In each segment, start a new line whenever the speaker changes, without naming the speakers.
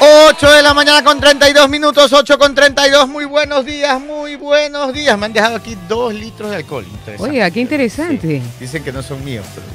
8 de la mañana con 32 minutos, 8 con 32. Muy buenos días, muy buenos días. Me han dejado aquí dos litros de alcohol. Interesante.
Oiga, qué interesante.
Sí. Dicen que no son míos, pero.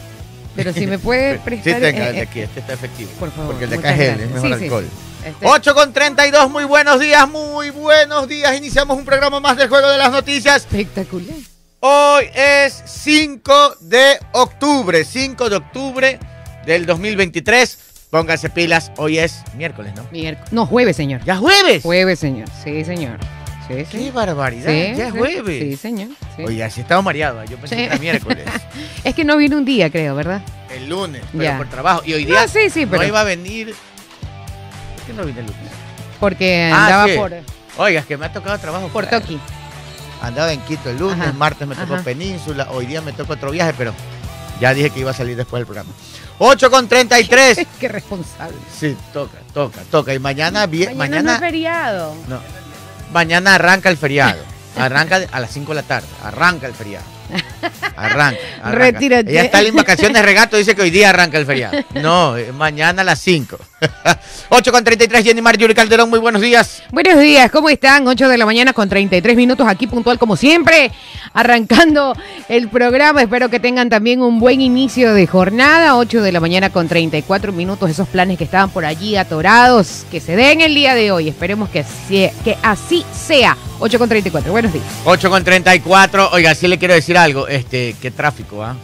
Pero si me puede
Sí,
prestar.
tenga el
eh,
de
eh,
aquí, este está efectivo.
por favor,
Porque el de acá
muchas
es gel, es mejor
gracias. Sí, sí.
alcohol.
este-
8 con 32, muy buenos días, muy buenos días. Iniciamos un programa más del Juego de las Noticias.
Espectacular.
Hoy es 5 de octubre, 5 de octubre del 2023. Pónganse pilas, hoy es miércoles, ¿no?
Miércoles. No, jueves, señor.
¡Ya jueves!
Jueves, señor. Sí, señor. Sí, sí.
¡Qué barbaridad!
Sí,
¡Ya es
sí.
jueves!
Sí, señor. Sí.
Oye, así estaba mareado. Yo pensé
Sí.
que era miércoles,
Es que no vino un día, creo, ¿verdad?
el lunes, pero
Ya.
por trabajo. Y hoy día
No, sí, sí,
no
pero.
iba a venir. ¿Por qué no vino el lunes?
Porque
Ah,
andaba
sí.
por,
Oiga, es que me ha tocado trabajo.
por
fuera.
Toki.
Andaba en Quito el lunes,
Ajá,
martes me tocó
ajá.
Península, hoy día me tocó otro viaje, pero ya dije que iba a salir después del programa. 8 con 33.
Qué responsable.
Sí, toca, toca, toca. Y mañana, vie-
no
mañana,
es feriado.
no. mañana arranca el feriado. Arranca de- a las 5 de la tarde. Arranca el feriado. Arranca. arranca.
Retírate.
Ella está en vacaciones regato, dice que hoy día arranca el feriado. No, eh, mañana a las 5. 8 con 33, Jenny Mar, Yuri Calderón, muy buenos días.
Buenos días, ¿cómo están? 8 de la mañana con 33 minutos aquí puntual como siempre, arrancando el programa. Espero que tengan también un buen inicio de jornada. 8 de la mañana con 34 minutos, esos planes que estaban por allí atorados, que se den el día de hoy. Esperemos que, se- que así sea. 8 con 34, buenos días.
8 con 34. Oiga, sí le quiero decir algo. Este, qué tráfico, ¿ah?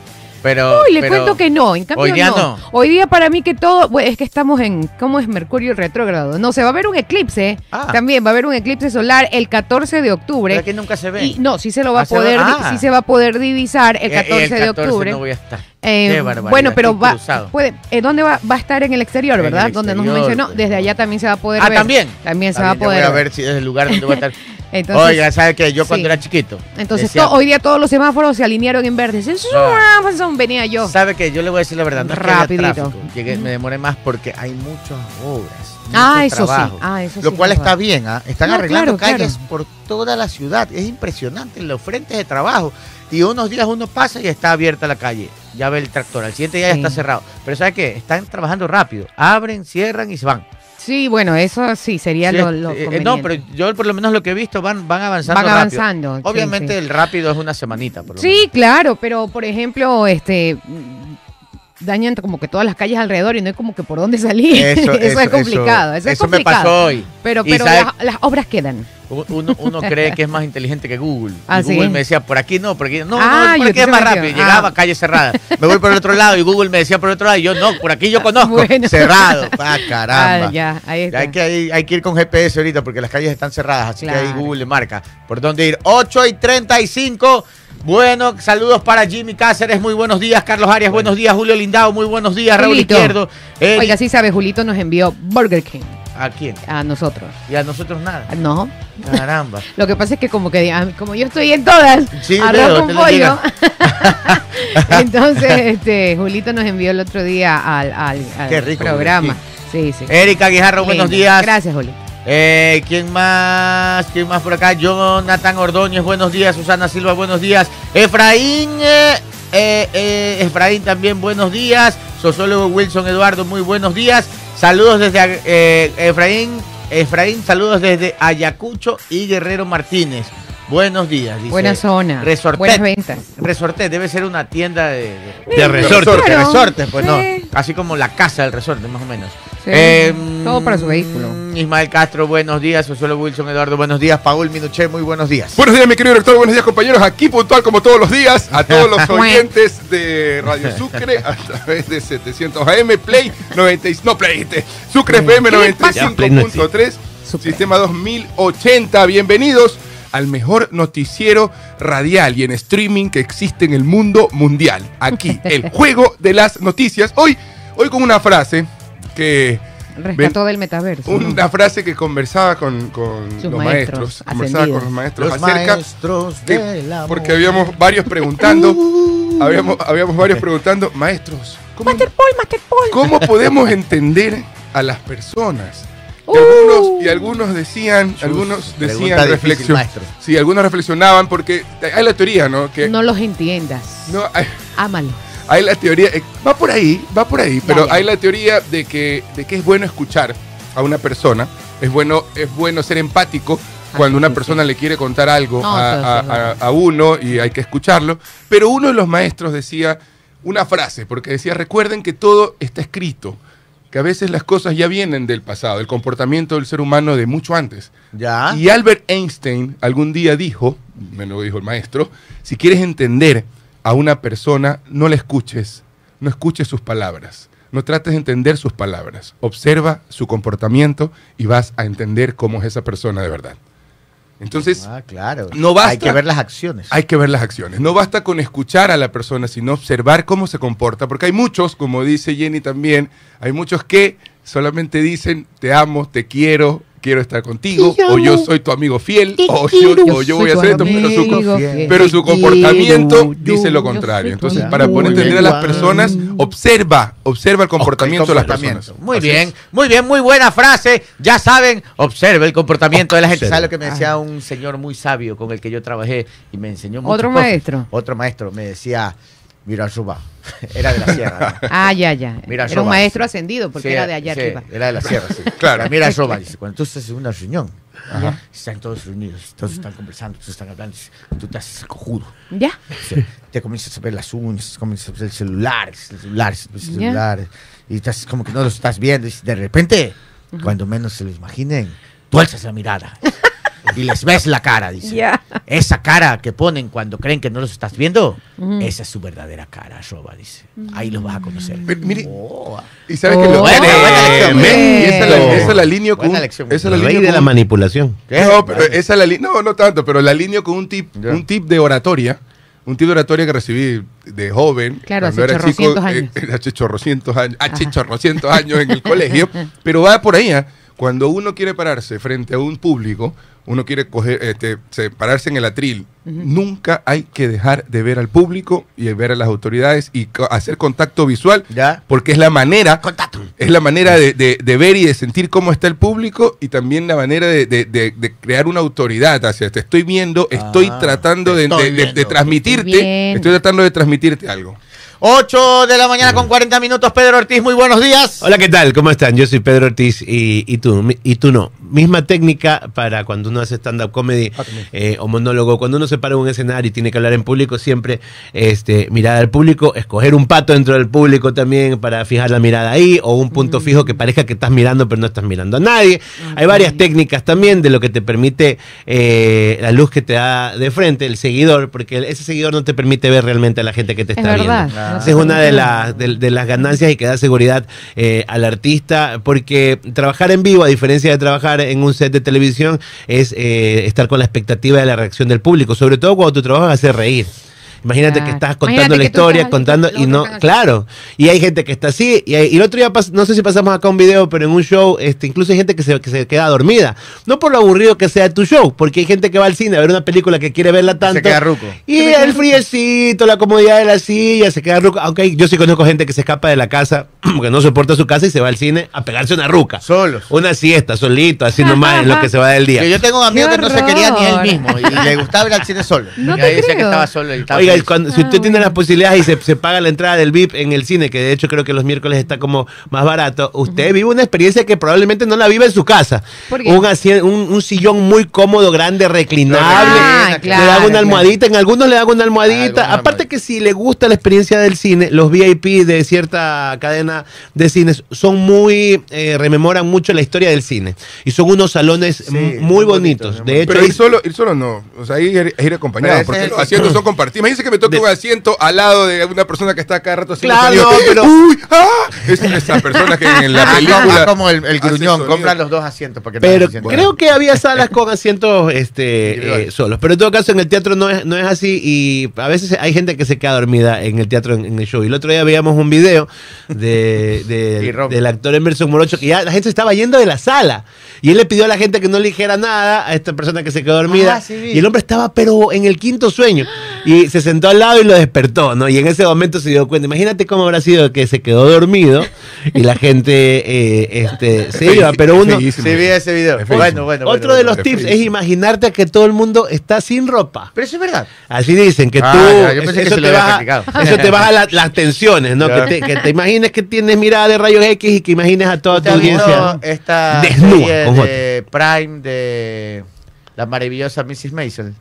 Pero.
Uy, le
pero-
cuento que no, en cambio
hoy día
no.
no.
Hoy día para mí que todo, bueno, es que estamos en, ¿cómo es Mercurio retrógrado? No, se va a ver un eclipse,
Ah.
también va a haber un eclipse solar el 14 de octubre.
pero que nunca se ve.
Y- no, sí se lo va
Ah,
a
se va-
poder, di-
ah.
sí se va a poder divisar el
Eh,
14, de octubre.
No voy a estar.
Eh,
Qué barbaridad,
bueno, pero
estoy
va,
cruzado.
puede, eh, ¿dónde va, va a estar en el exterior,
En el
verdad? Donde nos
exterior,
mencionó,
pues.
desde allá también se va a poder
Ah,
ver.
también.
También se
También yo
va a poder.
Voy a ver si es el lugar donde voy a estar.
Entonces,
Oiga, ¿sabe que yo cuando
sí.
era chiquito?
entonces
decía-
to- hoy día todos los semáforos se alinearon en verde. Se- Venía yo.
¿Sabe que yo le voy a decir la verdad? No es que haya
Rapidito.
tráfico. Llegué- me demoré más porque hay muchas obras.
Ah,
mucho
eso sí.
trabajo.
Ah, eso
Lo
sí,
cual
es
está
verdad.
bien, ¿ah? Están
No,
arreglando
claro, claro.
calles por toda la ciudad. Es impresionante los frentes de trabajo. Y unos días uno pasa y está abierta la calle. Ya ve el tractor. Al siguiente día
Sí.
ya está cerrado. Pero ¿sabe qué? Están trabajando rápido. Abren, cierran y se van.
Sí, bueno, eso sí sería
Sí,
lo,
es-
lo
eh,
conveniente.
no, pero yo por lo menos lo que he visto van, van avanzando
van
rápido.
avanzando. sí,
Obviamente
sí.
el rápido es una semanita, por lo menos.
Sí, claro, pero por ejemplo, este mm, dañan como que todas las calles alrededor y no hay como que por dónde salir. Eso, es complicado. Eso, es
eso me
complicado.
pasó hoy.
Pero,
Y
pero
sabe-
las, las obras quedan.
U- Uno, uno cree que es más inteligente que Google. Y
¿Ah, sí?
Google me decía, por aquí no, por aquí no. No,
Ah,
no, por
yo
aquí es
te
más
metí-
rápido. Y Llegaba
ah.
calle cerrada. Me voy por el otro lado y Google me decía por el otro lado. Y yo no, por aquí yo conozco.
Bueno.
Cerrado. Ah,
Ah,
caramba.
ya, ahí está.
Hay que, hay, hay que ir con GPS ahorita porque las calles están cerradas, así que ahí
Claro.
Google le marca por dónde ir. 8 y 35. Bueno, saludos para Jimmy Cáceres, muy buenos días. Carlos Arias, buenos días. Julio Lindao, muy buenos días. Raúl
Julito.
Izquierdo. Eric-
Oiga, sí sabe, Julito nos envió Burger King
¿A quién?
a nosotros.
Y a nosotros nada.
No,
Caramba.
lo que pasa es que como que ah, como yo estoy en todas,
Sí,
arroz
veo, te
con
lo
pollo. Entonces, este, Julito nos envió el otro día al, al- al
Qué rico,
programa. Sí, sí.
Erika Guijarro, buenos
Lindo.
días.
Gracias, Julito.
Eh, ¿Quién más? ¿Quién más por acá? Jonathan Ordóñez, buenos días. Susana Silva, buenos días. Efraín, eh, eh, eh, Efraín también, buenos días. Sociólogo Wilson Eduardo, muy buenos días. Saludos desde eh, Efraín, Efraín, saludos desde Ayacucho y Guerrero Martínez. Buenos días, dice.
Buena zona.
Resortet.
Buenas ventas.
Resorte, debe ser una tienda de, de,
De
resortes,
resortes.
de resortes, pues
Sí.
no. Así como la casa del resorte, más o menos.
Sí,
Em,
todo para su vehículo.
Em, Ismael Castro, buenos días. Sociólogo Wilson Eduardo, buenos días. Paul Minuché, muy buenos días.
Buenos días, mi querido director. Buenos días, compañeros. Aquí puntual, como todos los días, a todos los oyentes de Radio Sucre a través de 700 AM, Play 96. No, Play, este, Sucre FM
Ya, Play no existe.
95.3,
Sucre.
Sistema 2080. Bienvenidos al mejor noticiero radial y en streaming que existe en el mundo mundial. Aquí, el juego de las noticias. Hoy, hoy con una frase que.
Rescató del metaverso. ¿no?
Una frase que conversaba con, con
Sus
los maestros,
maestros,
conversaba con
ascendidos.
los maestros
Los
acerca
maestros
que-
del amor. Uh.
porque habíamos varios preguntando, habíamos, habíamos varios preguntando, maestros, ¿cómo, cómo podemos entender a las personas? Y algunos, y algunos decían,
Chus,
algunos
pregunta
decían
difícil,
reflexión.
maestro.
Sí, algunos reflexionaban porque hay la teoría, ¿no? Que
No los entiendas.
no, hay,
Ámalos.
hay la teoría, eh, va por ahí, va por ahí, pero
ya.
hay la teoría de que, de que es bueno escuchar a una persona Es bueno, es bueno ser empático cuando una persona le quiere contar algo
No,
a,
sí, sí,
a-
sí.
a- a uno y hay que escucharlo. Pero uno de los maestros decía una frase, porque decía, recuerden que todo está escrito, que a veces las cosas ya vienen del pasado, el comportamiento del ser humano de mucho antes.
Ya.
Y Albert Einstein algún día dijo, me lo dijo el maestro, si quieres entender a una persona, no la escuches, no escuches sus palabras, no trates de entender sus palabras, observa su comportamiento y vas a entender cómo es esa persona de verdad. Entonces,
Ah, claro.
No basta.
Hay que ver las acciones.
hay que ver las acciones. No basta con escuchar a la persona, sino observar cómo se comporta. Porque hay muchos, como dice Jenny también, hay muchos que solamente dicen, te amo, te quiero, quiero estar contigo,
Te
o yo
amo,
soy tu amigo fiel, o yo,
quiero.
o yo voy a
Soy
hacer
tu
esto, pero su,
amigo fiel.
pero su
Te
comportamiento
quiero,
dice lo
yo soy
contrario.
tu
Entonces,
amigo.
para poder
Muy
entender a
bien.
las personas, observa, observa el comportamiento de las
comportamiento.
personas.
Muy
Así
bien,
es.
muy bien, muy buena frase. Ya saben, observe el comportamiento de la gente.
Observe.
¿Sabe lo que me
Ah.
decía un señor muy sabio con el que yo trabajé y me enseñó muchas
¿Otro
cosas?
maestro?
Otro maestro me decía, mira suba. Era de la sierra. ¿no?
Ah, ya, ya.
Mira,
era
yo
un
va.
maestro ascendido porque
Sí,
era de allá
sí,
arriba.
Era de la sierra, sí.
Claro.
Mira suba, dice, cuando tú estás en una reunión,
Ajá.
están todos reunidos, todos están conversando, todos están hablando, tú te haces el cojudo.
Ya.
Se- te comienzas a ver las uñas, comienzas a ver el celular, el celular, el
Ya.
celular, y estás como que no lo estás viendo, y de repente, cuando menos se lo imaginen, tú alzas la mirada y les ves la cara, dice.
Ya.
Esa cara que ponen cuando creen que no los estás viendo,
Ujú.
esa es su verdadera cara, Roba, dice. Ahí los vas a conocer.
Pero mire-
Oh.
Y sabes que
Oh,
lo
buena, buena
lección,
Tremendo. Y esa la-
eh.
esa la línea con
Buena
un-
lección.
esa la
El
línea
rey de
con
la
un-
manipulación.
¿Qué?
No, pero
Vale.
esa la li- no, no tanto, pero la línea con un tip,
Ya.
un tip de oratoria, un tip de oratoria que recibí de joven,
Claro, hace
cuando era chico,
chorrocientos
eh,
años.
era hace chorrocientos años,
Ajá.
hace chorrocientos años en el colegio, pero va por ahí, ¿ah? cuando uno quiere pararse frente a un público, uno quiere coger, este, se- pararse en el atril, nunca hay que dejar de ver al público y de ver a las autoridades y co- hacer contacto visual,
Ya.
porque es la manera
Contacto.
es la manera de, de- de ver y de sentir cómo está el público y también la manera de, de- de- de crear una autoridad hacia te estoy viendo, estoy
Ah,
tratando
te
de,
estoy
de- de- de
viendo.
transmitirte,
Bien.
estoy tratando de transmitirte algo.
8 de la mañana con 40 minutos, Pedro Ortiz, muy buenos días.
Hola, ¿qué tal? ¿Cómo están? Yo soy Pedro Ortiz y, y tú, mi- y tú no. Misma técnica para cuando uno hace stand-up comedy
Ah,
eh, o monólogo. Cuando uno se para en un escenario y tiene que hablar en público, siempre este, mirar al público, escoger un pato dentro del público también para fijar la mirada ahí o un punto
Mm.
fijo que parezca que estás mirando pero no estás mirando a nadie. Hay varias técnicas también de lo que te permite eh, la luz que te da de frente, el seguidor, porque ese seguidor no te permite ver realmente a la gente que te
Es
está
verdad.
viendo.
Ah.
No
Esa
sé
es
cómo
una
se
de
llama.
las, de, de las ganancias y que da seguridad eh, al artista, porque trabajar en vivo, a diferencia de trabajar en un set de televisión, es eh, estar con la expectativa de la reacción del público, sobre todo cuando tu trabajo es hacer reír. Imagínate
Claro.
que estás
Ah, Imagínate
contando la
que tú
historia,
estás-
contando
los
y
otros
no,
están así.
claro. Y hay gente que está así. Y, hay- y el otro día, pas- no sé si pasamos acá un video, pero en un show, este, incluso hay gente que se, que se queda dormida. No por lo aburrido que sea tu show, porque hay gente que va al cine a ver una película que quiere verla tanto.
queda ruco.
Y el friecito, la comodidad de la silla, se queda ruca. Aunque yo sí conozco gente que se escapa de la casa, que no soporta su casa y se va al cine a pegarse una ruca.
Solos.
Una siesta, solito, así nomás, en lo que se va del día.
Que yo tengo un amigo
¡Qué
que no se quería ni él
horror!
mismo y le gustaba ir al cine solo.
No
Y
te
decía que
creo.
estaba solo y estaba
Oiga, y
feliz.
cuando, si
Ah,
usted tiene
bueno.
las posibilidades y se, se paga la entrada del VIP en el cine, que de hecho creo que los miércoles está como más barato, usted vive una experiencia que probablemente no la vive en su casa.
¿Por qué?
Un, asien- un, un sillón muy cómodo, grande, reclinable.
Ah,
le dan
claro,
una
claro.
almohadita, en algunos le dan una
Ah,
almohadita.
algunos
Aparte
almohadita.
que si le gusta la experiencia del cine, los VIP de cierta cadena de cines son muy, eh, rememoran mucho la historia del cine. Y son unos salones
Sí,
muy,
muy bonitos,
bonitos.
muy
De hecho,
Pero
hay-
ir solo, ir solo no, o sea, ir, ir
Pero
acompañado,
ese
porque
es
los
el-
asientos son compartidos. Imagínese que me toque
De-
un asiento al lado de una persona que está cada rato haciendo
Claro,
sonido.
pero-
¡Uy! ¡Ah! Es esa persona que en la
Ah, como-
película...
ah, como el, el
hace
gruñón,
sonido.
compran los dos asientos para que no
Pero
se sientan.
creo que había salas con asientos este, eh,
Individuales.
solos. Pero en todo caso, en el teatro no es, no es así. Y a veces hay gente que se queda dormida en el teatro, en, en el show. Y el otro día veíamos un video de, de-
Y rompe.
del actor Emerson Morocho que ya la gente se estaba yendo de la sala. Y él le pidió a la gente que no le dijera nada a esta persona que se quedó dormida.
Ah, sí vi.
y el hombre estaba, pero en el quinto sueño. Y se sentó al lado y lo despertó, ¿no? Y en ese momento se dio cuenta. Imagínate cómo habrá sido que se quedó dormido y la gente eh, este, se iba. Pero uno.
Feísimo.
Sí, vi ese video.
Es feísimo.
Bueno, bueno.
Otro
bueno,
de
bueno.
los
es
tips es
feísimo.
imaginarte que todo el mundo está sin ropa.
Pero eso es verdad.
Así dicen, que tú.
Ah, ya, yo pensé que
eso,
se lo
te
había
baja,
practicado.
eso te baja la- las tensiones, ¿no?
Ya.
Que te, que te imagines que tienes mirada de rayos X y que imagines a toda tu
¿Usted ha visto
audiencia.
esta
desnuda,
serie
con
de Prime de la maravillosa Mrs. Maisel?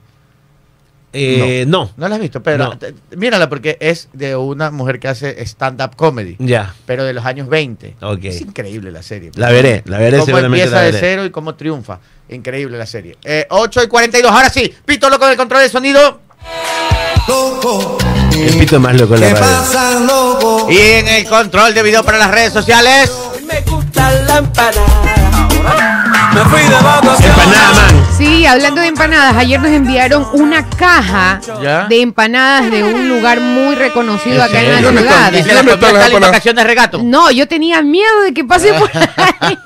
Eh, no.
¿No la has visto? Pero
No.
te- mírala porque es de una mujer que hace stand-up comedy,
Ya.
pero de los años 20.
Ok.
Es increíble la serie.
La veré, la veré
cómo
seguramente.
empieza
la
de
veré.
cero y cómo triunfa. Increíble la serie. Eh, 8 y 42, ahora sí. Pito loco del control de sonido.
loco.
El pito más loco de la
¿Qué
radio.
pasa, loco?
Oh.
Y en el control de video para las redes sociales.
Me gusta la empanada. Me fui de
Empanada, man.
Sí, hablando de empanadas, ayer nos enviaron una caja
¿Ya?
de empanadas de un lugar muy reconocido
¿En
acá en
serio?
la ciudad.
¿Y
¿Y
se
dónde
la comió
están las
hasta en
empanadas?
vacaciones regato?
No, yo tenía miedo de que pase por ahí.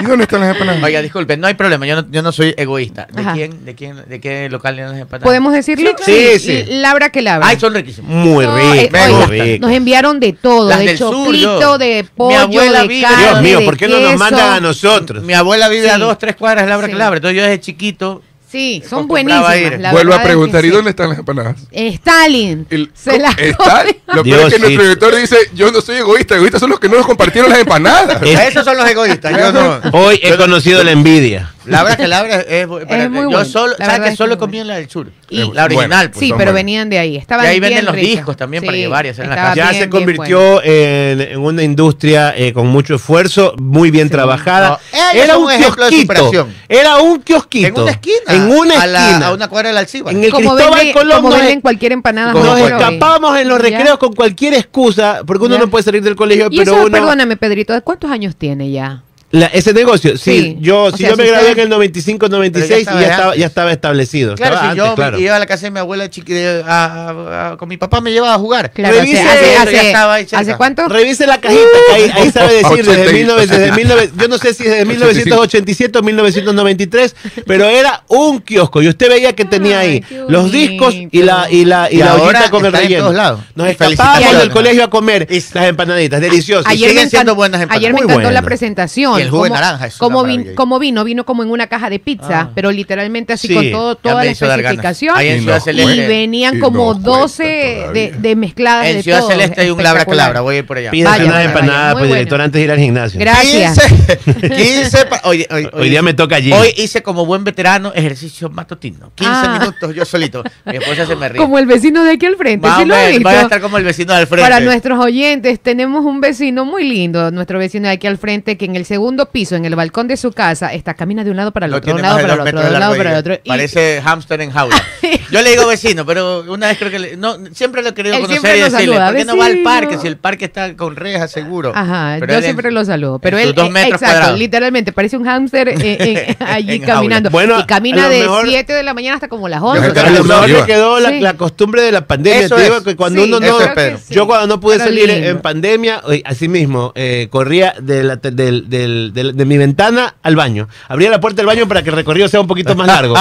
¿Y dónde están las empanadas?
Oiga, disculpe, no hay problema, yo no, yo no soy egoísta. ¿De
Ajá.
quién, de quién, de qué local eran las empanadas?
¿Podemos decirlo?
Sí, sí.
Labra que labra.
Ay, son riquísimos.
Muy
No, eh,
rico,
me
oiga,
muy
gusta.
rico.
Nos enviaron de todo,
Las
de
del sur,
choclito,
yo.
de
Mi
pollo,
abuela
de
vive-
carne,
Dios mío,
de
¿por qué no nos
queso.
mandan a nosotros?
Mi abuela vive a
Sí.
dos, tres cuadras de Labra
Sí.
que Labra, entonces yo desde chiquito.
Sí, son
Acostumbraba
buenísimas.
a ir.
la
Vuelvo
verdad
a
es que
preguntar, ¿y
sí.
dónde están las empanadas?
Stalin.
El-
se las
está,
come.
lo peor
Dios
es que nuestro
sí.
director dice, yo no soy egoísta, egoístas son los que no nos compartieron las empanadas.
Es-
Esos son los egoístas, Eh, yo no.
Hoy he conocido la envidia.
Labra que Labra es, bu- para-
muy
yo
bueno,
solo,
la
¿sabes
verdad
que
es
solo
que
comí en la del sur?
Y-
la original, pues.
Sí,
son
pero
buenas.
venían de ahí. Estaban
Y ahí
bien
venden los
ricas.
discos también para llevar y hacer en la
estaba
casa.
Ya
bien,
se
bien bueno.
convirtió en, en una industria eh, con mucho esfuerzo, muy bien trabajada.
No, él
era
es
un,
un ejemplo de
kiosquito.
superación.
Era un kiosquito.
En una esquina.
pues. En una
A, la-
esquina.
a una cuadra del Alcibar.
En el
como
Cristóbal
venden,
Colón
como
no es-
venden cualquier empanada.
Como
Nos
Jorge,
cualquier-
escapábamos en los
Ya.
recreos con cualquier excusa, porque uno
Ya.
no puede salir del colegio,
Y
pero
eso,
uno.
perdóname, Pedrito, ¿cuántos años tiene ya?
La- ese negocio, sí,
Sí.
yo,
O
si
sea,
yo
si
me gradué
usted-
en el 95, 96
Pero ya
y ya
estaba
estaba, ya estaba establecido.
Claro,
Estaba
si yo
antes,
me-
claro.
iba a la casa de mi abuela chiqui- de- a- a- a- con mi papá me llevaba a jugar.
Claro, hace,
Revise
hace,
eso,
ya
hace-
estaba ahí cerca.
¿hace cuánto?
Revise la cajita, que ahí, ahí sabe decir desde
80 y-
19, desde 19 yo no sé si desde 1987 o 1993, pero era un kiosco y usted veía que tenía ahí
Ay, qué
los
bonito.
discos y la y la y,
Y
la
ahora
ollita con el
está en
relleno.
todos lados.
Nos
Y
escapábamos
felicitaciones.
del colegio a comer
Y-
las empanaditas, deliciosas.
Ay,
Ayer me,
siguen siendo
encan-
buenas empanadas.
ayer me
Muy
encantó la
bueno.
presentación.
Y el jugo de
Cómo-
naranja, eso es
cómo
una
vin-
maravilla.
cómo vino? Vino como en una caja de pizza,
Ah.
pero literalmente así
Sí,
con todo,
Ya
toda
me
la
hizo dar ganas.
especificación.
Ahí en
Y
Ciudad
no
Celeste.
Y venían
Y
como
no cuentan
12 de,
todavía.
de mezcladas
En
de
Ciudad
todo.
Celeste hay un labra que
Espectacular.
labra, voy a ir por allá.
Pídase
Vaya,
unas
vaya, muy
empanadas, pues
buena.
director, antes de ir al gimnasio.
Gracias.
15, 15 pa- oye, oye,
Hoy día me toca allí.
Hoy hice como buen veterano ejercicio matutino. 15
Ah.
minutos yo solito. Mi esposa se me ríe.
Como el vecino de aquí al frente.
Más
¿sí
o
lo ha
menos,
visto?
voy a estar como el vecino de al frente.
Para nuestros oyentes, tenemos un vecino muy lindo, nuestro vecino de aquí al frente, que en el segundo piso, en el balcón de su casa, está camina de un lado para el
Lo
otro, de
tiene
un
más
lado
de
para el
dos
otro,
metros
de
de
un lado
largo
para el
y-
otro. Y
Parece hámster en jaula. Yo le digo vecino, pero una vez creo que le- no, siempre lo he querido
Él
conocer
siempre
y
nos
decirle,
saluda,
¿por qué no va al
"Vecino".
parque? Si el parque está con rejas, seguro.
Ajá,
Pero
yo
él en-
siempre lo saludo, pero
en
él,
sus dos
eh,
metros
exacto,
cuadrados.
literalmente parece un hámster eh, eh, allí
En jaula.
caminando.
Bueno,
y camina
a lo
de
mejor-
7 de la mañana hasta como las
Yo
11.
creo que
A lo mejor le quedó la,
Sí.
la costumbre de la pandemia.
Eso
Te digo
es.
que cuando
Sí,
uno no,
eso es,
creo que
Pedro.
sí.
Yo cuando no pude
Pero
salir
lindo.
en pandemia, eh, así mismo, eh, corría de, la, te- del- del- del- de mi ventana al baño. Abría la puerta del baño para que el recorrido sea un poquito más largo.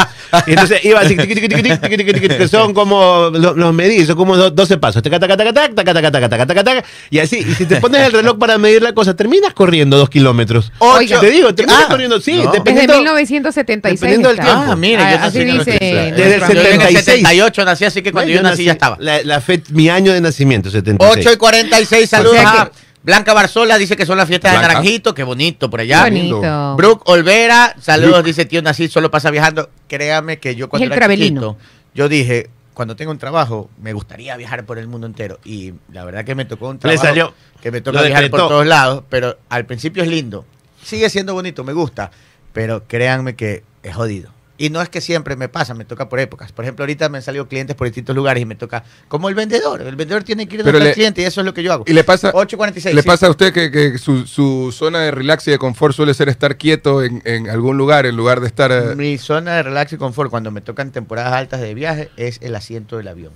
Y entonces iba así, tiqui, tiqui, tiqui, tiqui, tiqui, tiqui, tiqui, que son como los, los medí, son como do- 12 pasos. Taca, taca, taca, taca, taca, taca, taca, taca, taca, taca. y así, y si te pones el reloj para medir la cosa, terminas corriendo dos kilómetros.
Oiga.
Te digo, terminas
Ah,
corriendo, sí,
no.
dependiendo-
Desde 1976.
dependiendo del
está.
tiempo.
Ah, mira, yo
Ah,
nací
así
en el
dice
76.
Desde el
Yo en
76.
78 nací, así que cuando yo, nací ya estaba.
La, la fe- mi año de nacimiento, 76.
8 y 46, saludos.
O sea
a Blanca Barzola dice que son las fiestas de
Blanca.
Naranjito, qué bonito por allá.
Qué bonito.
Brooke Olvera, saludos,
Brooke.
dice tío Nací, solo pasa viajando. Créame que yo cuando
el
era
travelino.
chiquito, yo dije, cuando tengo un trabajo, me gustaría viajar por el mundo entero. Y la verdad que me tocó un
Le
trabajo
salió.
que me toca
Lo
viajar por
decretó.
todos lados, pero al principio es lindo. Sigue siendo bonito, me gusta, pero créanme que es jodido. Y no es que siempre me pasa, me toca por épocas. Por ejemplo, ahorita me han salido clientes por distintos lugares y me toca como el vendedor. El vendedor tiene que ir
Pero
donde está
le-
el cliente y eso es lo que yo hago.
Y le pasa,
8.46.
le
sí.
pasa a usted que, que su, su zona de relax y de confort suele ser estar quieto en, en algún lugar, en lugar de estar... eh,
Mi zona de relax y confort cuando me tocan temporadas altas de viaje es el asiento del avión.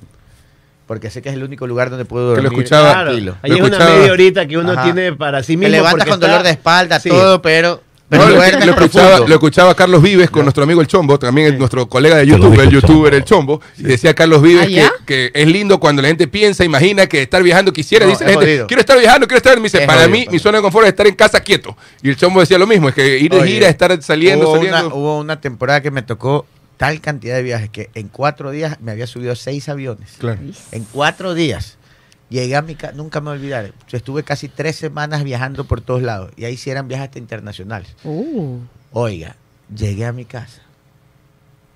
Porque sé que es el único lugar donde puedo
Que
dormir.
lo escuchaba.
tranquilo.
Ahí
Lo
es una
escuchaba.
media horita que uno
Ajá.
tiene para sí
Te
mismo.
levantas
porque
con dolor
está-
de espalda,
Sí.
todo, pero Pero
No, lo,
fuerte,
lo escuchaba,
profundo.
lo escuchaba Carlos Vives con nuestro amigo el Chombo, también el- nuestro colega de
Carlos
YouTube, el
Vives,
youtuber el Chombo, y decía Carlos Vives
¿Ah,
que,
ya?
que es lindo cuando la gente piensa, imagina que estar viajando quisiera,
No,
dice
es
la gente,
jodido.
quiero estar viajando, quiero estar, me dice,
Es
para
jodido,
mí mi
también.
zona de confort es estar en casa quieto. Y el Chombo decía lo mismo, es que ir de
Oye,
gira, estar saliendo,
hubo
saliendo.
Una, hubo una temporada que me tocó tal cantidad de viajes que en cuatro días me había subido a seis aviones.
Claro.
En cuatro días. Llegué a mi casa, nunca me voy a olvidar. Yo estuve casi tres semanas viajando por todos lados. Y ahí sí eran viajes hasta internacionales.
Uh,
Oiga, llegué a mi casa.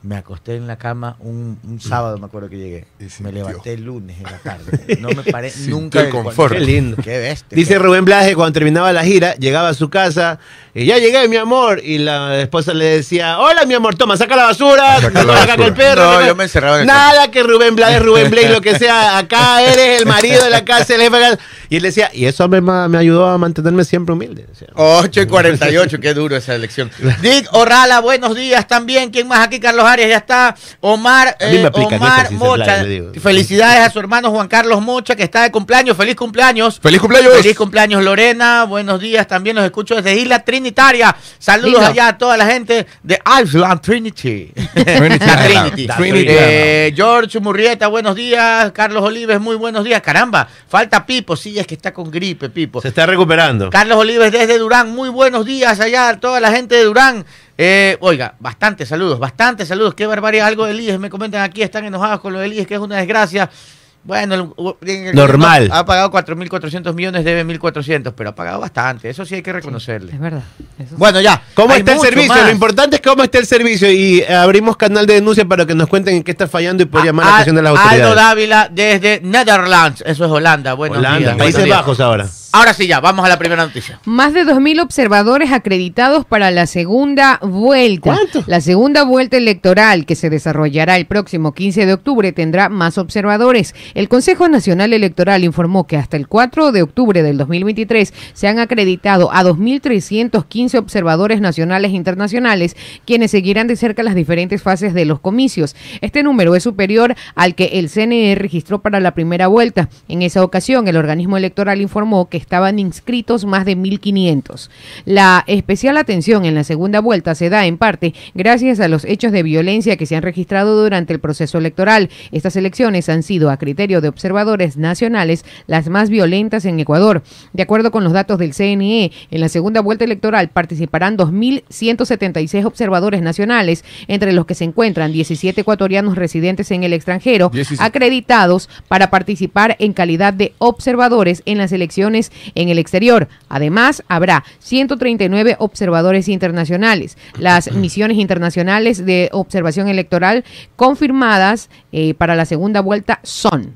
Me acosté en la cama un, un sábado, me acuerdo que llegué.
Y sintió.
Me levanté el lunes en la tarde. No me paré
Sintió
nunca.
el
del cuarto.
confort.
Qué lindo.
Qué bestia.
Dice
Qué-
Rubén Blas que cuando terminaba la gira, llegaba a su casa y ya llegué, mi amor. Y la esposa le decía: Hola, mi amor, toma, saca la basura,
Saca
saca,
la basura.
el perro.
No,
saca-
yo me encerraba en el
Nada que Rubén Blas es Rubén Blay, lo que sea. Acá eres el marido de la casa, el jefe. de la- Y él decía: Y eso me, ma- me ayudó a mantenerme siempre humilde. decía.
8 y 48, qué duro esa elección. Dick Orrala, buenos días también. ¿Quién más aquí? Carlos Arias, ya está. Omar,
A mí me
eh,
aplican
Omar
esta si se
Mocha.
playa, le digo.
Felicidades a su hermano Juan Carlos Mocha, que está de cumpleaños. ¡Feliz cumpleaños!
¡Feliz cumpleaños!
Feliz cumpleaños Lorena, buenos días, también los escucho desde Isla Trinitaria. Saludos
Lindo.
allá a toda la gente de Island Trinity.
Trinity.
La Trinity.
La Trinity.
Eh, George Murrieta, buenos días. Carlos Olives, muy buenos días. Caramba, falta Pipo, sí, es que está con gripe, Pipo.
Se está recuperando.
Carlos Olives desde Durán, muy buenos días allá a toda la gente de Durán. Eh, oiga, bastantes saludos, bastantes saludos. Qué barbaridad, algo de Elías. Me comentan aquí, están enojados con lo de Elías, que es una desgracia. Bueno, el- el- el-
Normal.
Ha pagado 4.400 millones, debe 1.400, pero ha pagado bastante. Eso sí hay que reconocerle.
es verdad. Eso sí.
Bueno, ya.
¿Cómo
Hay
está el
mucho
servicio?
más.
Lo importante es cómo está el servicio y abrimos canal de denuncia para que nos cuenten en qué está fallando y poder llamar la
Al-
atención de las
Aldo
autoridades.
Dávila desde Netherlands, eso es Holanda. Buenos días,
Holanda,
buenos
Países
días.
Bajos ahora.
Ahora sí, ya, vamos a la primera noticia.
Más de 2.000 observadores acreditados para la segunda vuelta.
¿Cuánto?
La segunda vuelta electoral que se desarrollará el próximo 15 de octubre tendrá más observadores. El Consejo Nacional Electoral informó que hasta el 4 de octubre del 2023 se han acreditado a 2.315 observadores nacionales e internacionales quienes seguirán de cerca las diferentes fases de los comicios. Este número es superior al que el CNE registró para la primera vuelta. En esa ocasión, el organismo electoral informó que estaban inscritos más de 1.500. La especial atención en la segunda vuelta se da en parte gracias a los hechos de violencia que se han registrado durante el proceso electoral. Estas elecciones han sido, a criterio de observadores nacionales, las más violentas en Ecuador. De acuerdo con los datos del CNE, en la segunda vuelta electoral participarán 2.176 observadores nacionales, entre los que se encuentran 17 ecuatorianos residentes en el extranjero,
17.
acreditados para participar en calidad de observadores en las elecciones en el exterior. Además, habrá 139 observadores internacionales. Las misiones internacionales de observación electoral confirmadas eh, para la segunda vuelta son.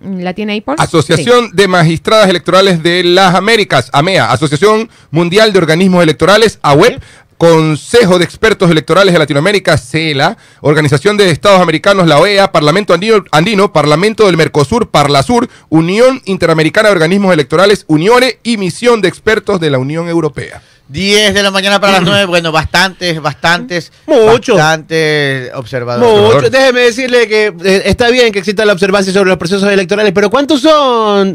¿La tiene ahí, Paul? Sí.
Asociación de Magistradas Electorales de las Américas, AMEA, Asociación Mundial de Organismos Electorales, AWEB, Consejo de Expertos Electorales de Latinoamérica, CELA, Organización de Estados Americanos, la OEA, Parlamento Andino, Andino, Parlamento del Mercosur, Parlasur, Unión Interamericana de Organismos Electorales, Unione y Misión de Expertos de la Unión Europea.
10 de la mañana para las 9. Bueno, bastantes, bastantes.
Mm. Mucho.
Bastantes observadores.
Mucho. Déjeme decirle que eh, está bien que exista la observancia sobre los procesos electorales, pero ¿cuántos son?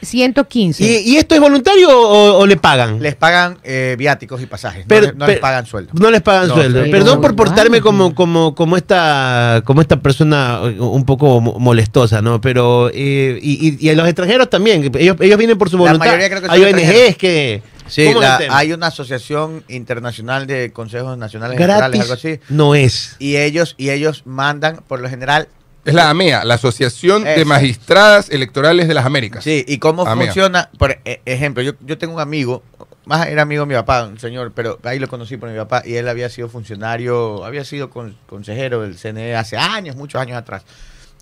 2115.
¿Y, y esto es voluntario o, o le pagan?
Les pagan eh, viáticos y pasajes.
Per-
no les, no
per-
les pagan sueldo.
No les pagan
No,
sueldo.
pero-
Perdón por
Pero,
portarme
wow.
como, como, como, esta, como esta persona eh, un poco mo- molestosa, ¿no? Pero, eh, y, y, y a los extranjeros también, ellos, ellos vienen por su
La
voluntad.
mayoría creo que son
Hay ONGs
extranjeros.
que...
Sí,
¿Cómo es
la-
el tema?
hay una asociación internacional de consejos nacionales electorales,
Gratis
algo así.
no es.
Y ellos, y ellos mandan, por lo general,
Es la AMEA, la Asociación de
Eso.
Magistradas Electorales de las Américas.
Sí, y cómo
Amigo.
funciona. Por e- ejemplo, yo, yo tengo un amigo, más era amigo de mi papá, un señor, pero ahí lo conocí por mi papá, y él había sido funcionario, había sido con- consejero del CNE hace años, muchos años atrás.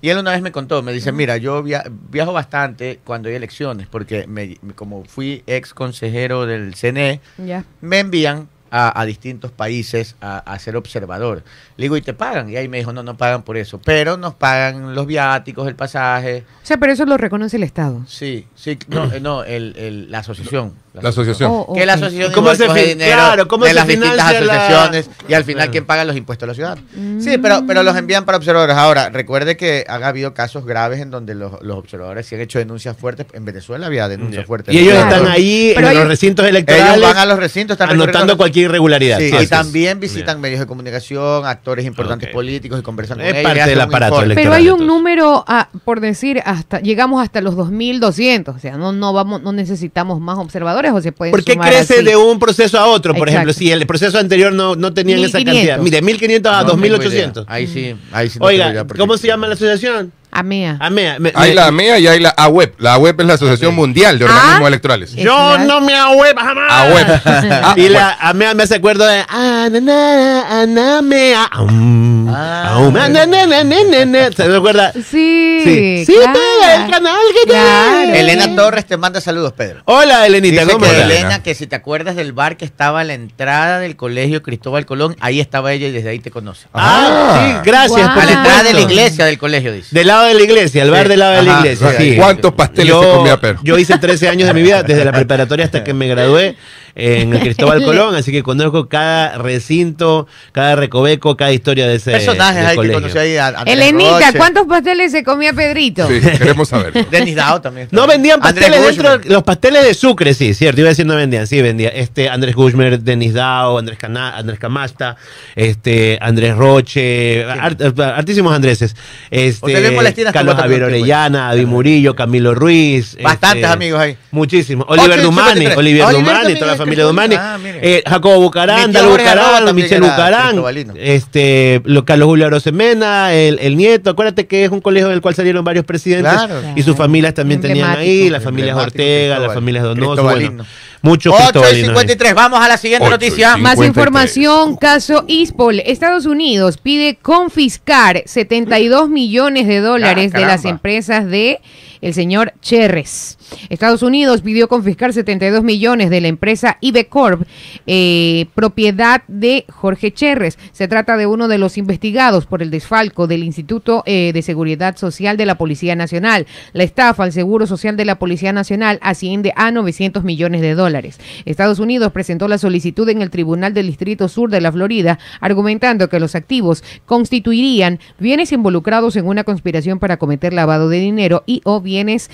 Y él una vez me contó, me dice, mira, yo via- viajo bastante cuando hay elecciones, porque me- me- como fui ex consejero del CNE,
Ya.
me envían a, a distintos países a, a ser observador. Le digo, ¿y te pagan? Y ahí me dijo, no, no pagan por eso, pero nos pagan los viáticos, el pasaje.
O sea, pero eso lo reconoce el Estado.
Sí, sí, no, eh, no el, el- la asociación.
La asociación.
Oh,
Que la
ok.
asociación
¿Cómo
igual
se
coge
fin-
dinero
claro, cómo
de
se
las distintas
financia la-
asociaciones y al final
Claro.
quién paga los impuestos a la ciudad.
Mm.
Sí, pero, pero los envían para observadores. Ahora, recuerde que han habido casos graves en donde los, los observadores sí han hecho denuncias fuertes. En Venezuela había denuncias fuertes.
Y ellos
Claro.
están ahí
Pero
en
hay-
los recintos electorales
Ellos van a los recintos, están
anotando
recorriendo-
cualquier irregularidad.
Sí,
Sí, así
y
es.
también visitan
Bien.
medios de comunicación, actores importantes
Ok.
políticos y conversan con
Es
ellos. y
parte
hacen
del
un
aparato
informe.
electoral.
Pero hay un
entonces.
número, ah, por decir, hasta llegamos hasta los 2.200. O sea, no, no, vamos, no necesitamos más observadores o se pueden
¿Por qué
sumar
crece
así?
de un proceso a otro? Por
Exacto.
ejemplo, si el proceso anterior no, no tenían esa
1500.
cantidad. Mire, 1500 a
No tengo idea.
2800.
Ahí sí, ahí sí. no tengo idea
Oiga,
porque-
¿cómo se llama la asociación?
Amea.
AMEA. Me-
Hay
me-
la AMEA y hay la AWEB. La AWEB es la Asociación Mundial de Organismos
Ah.
Electorales.
Eh.
Yo no me ahueva jamás.
Ahueva. Ah,
y la AMEA me hace acuerdo de. "Ah, na, na, na, na, mea, aum,
Ah.
aum, ah, na, na, na, na, na, na". ¿Se recuerda?
Sí,
Sí, sí
claro.
pega el canal que te-
Claro.
Elena Torres te manda saludos, Pedro.
Hola, Elenita,
Dice
¿cómo
que
estás?
Elena, que si te acuerdas del bar que estaba a la entrada del colegio Cristóbal Colón, ahí estaba ella y desde ahí te conoce.
Ah, sí, gracias.
Guau.
por
A la entrada de la
supuesto.
iglesia del colegio, dice.
Del lado de la iglesia, el bar
Sí.
del lado de la
Ajá.
iglesia. sí.
¿Cuántos pasteles se comía Pedro?
Yo hice 13 años de mi vida, desde la preparatoria hasta que me gradué en el Cristóbal Colón, así que conozco cada recinto, cada recoveco, cada historia de ese
Personajes
del
hay que
colegio.
conocer ahí. a- a Andrés
Elenita,
Roche.
¿cuántos pasteles se comía Pedrito?
Sí, queremos saberlo.
Denis Dao también.
No vendían
Andrés
pasteles
Bushman.
dentro, los pasteles de Sucre, sí, cierto, iba a decir no vendían, sí vendía. Este Andrés Guzmán, Denis Dao, Andrés Cana, Andrés Camasta, este Andrés Roche, art- eh, artísimos andreses.
Usted ve por las
Este
tiendas
Carlos
como
Javier
también,
Orellana, David Murillo, Camilo Ruiz.
Bastantes
este,
amigos ahí.
Muchísimos. Oliver
8,
Dumani,
53.
Oliver
Oliver
Dumani,
también
toda la
es
familia Dumani.
cristobalino. Ah, mire.
Eh, Jacobo Bucarán,
Mi tío
Dalo
Jorge Arroba
Bucarán,
también
Michel
era
Bucarán,
cristobalino.
este, lo- Carlos Julio Arosemena, el, el nieto. Acuérdate que es un colegio del cual salieron varios presidentes.
Claro.
Y sus familias también tenían ahí,
Emblemático.
las familias
Emblemático
Ortega, las
Cristóbal.
familias Donoso,
Cristobalino.
bueno, muchos
8 y
cristobalinos ahí.
53. Vamos a la siguiente
8 y
noticia.
cinco.
Más
53.
información, caso Ispol. Estados Unidos pide confiscar 72 millones de dólares
Ah,
de las
caramba.
empresas de el señor Cherres. Estados Unidos pidió confiscar 72 millones de la empresa IBECorp, eh, propiedad de Jorge Cherres. Se trata de uno de los investigados por el desfalco del Instituto eh, de Seguridad Social de la Policía Nacional. La estafa al Seguro Social de la Policía Nacional asciende a 900 millones de dólares. Estados Unidos presentó la solicitud en el Tribunal del Distrito Sur de la Florida, argumentando que los activos constituirían bienes involucrados en una conspiración para cometer lavado de dinero y o bienes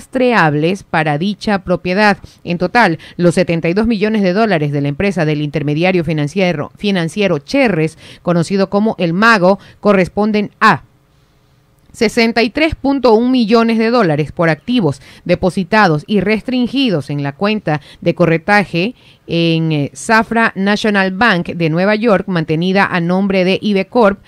rastreables para dicha propiedad. En total, los 72 millones de dólares de la empresa del intermediario financiero, financiero Cherres, conocido como El Mago, corresponden a 63.1 millones de dólares por activos depositados y restringidos en la cuenta de corretaje en eh, Safra National Bank de Nueva York, mantenida a nombre de IBECorp,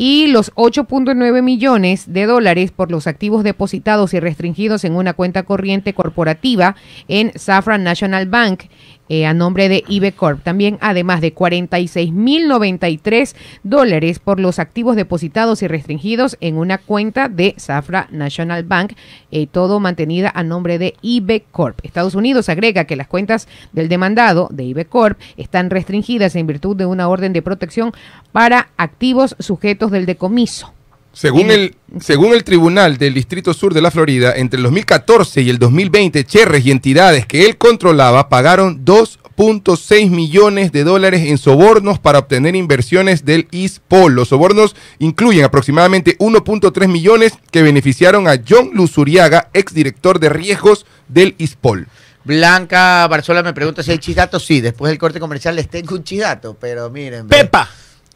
y los 8.9 millones de dólares por los activos depositados y restringidos en una cuenta corriente corporativa en Safra National Bank eh, a nombre de IBECorp. También, además de 46.093 dólares por los activos depositados y restringidos en una cuenta de Safra National Bank, eh, todo mantenida a nombre de IBECorp. Estados Unidos agrega que las cuentas del demandado de IBECorp están restringidas en virtud de una orden de protección para activos sujetos del decomiso.
Según el, según el Tribunal del Distrito Sur de la Florida, entre el 2014 y el 2020, Cherres y entidades que él controlaba pagaron 2.6 millones de dólares en sobornos para obtener inversiones del ISPOL. Los sobornos incluyen aproximadamente 1.3 millones que beneficiaron a John Luzuriaga, exdirector de riesgos del ISPOL.
Blanca Barzola me pregunta si hay chisdato. Sí, después del corte comercial les tengo un chisdato, pero miren. ve.
Pepa.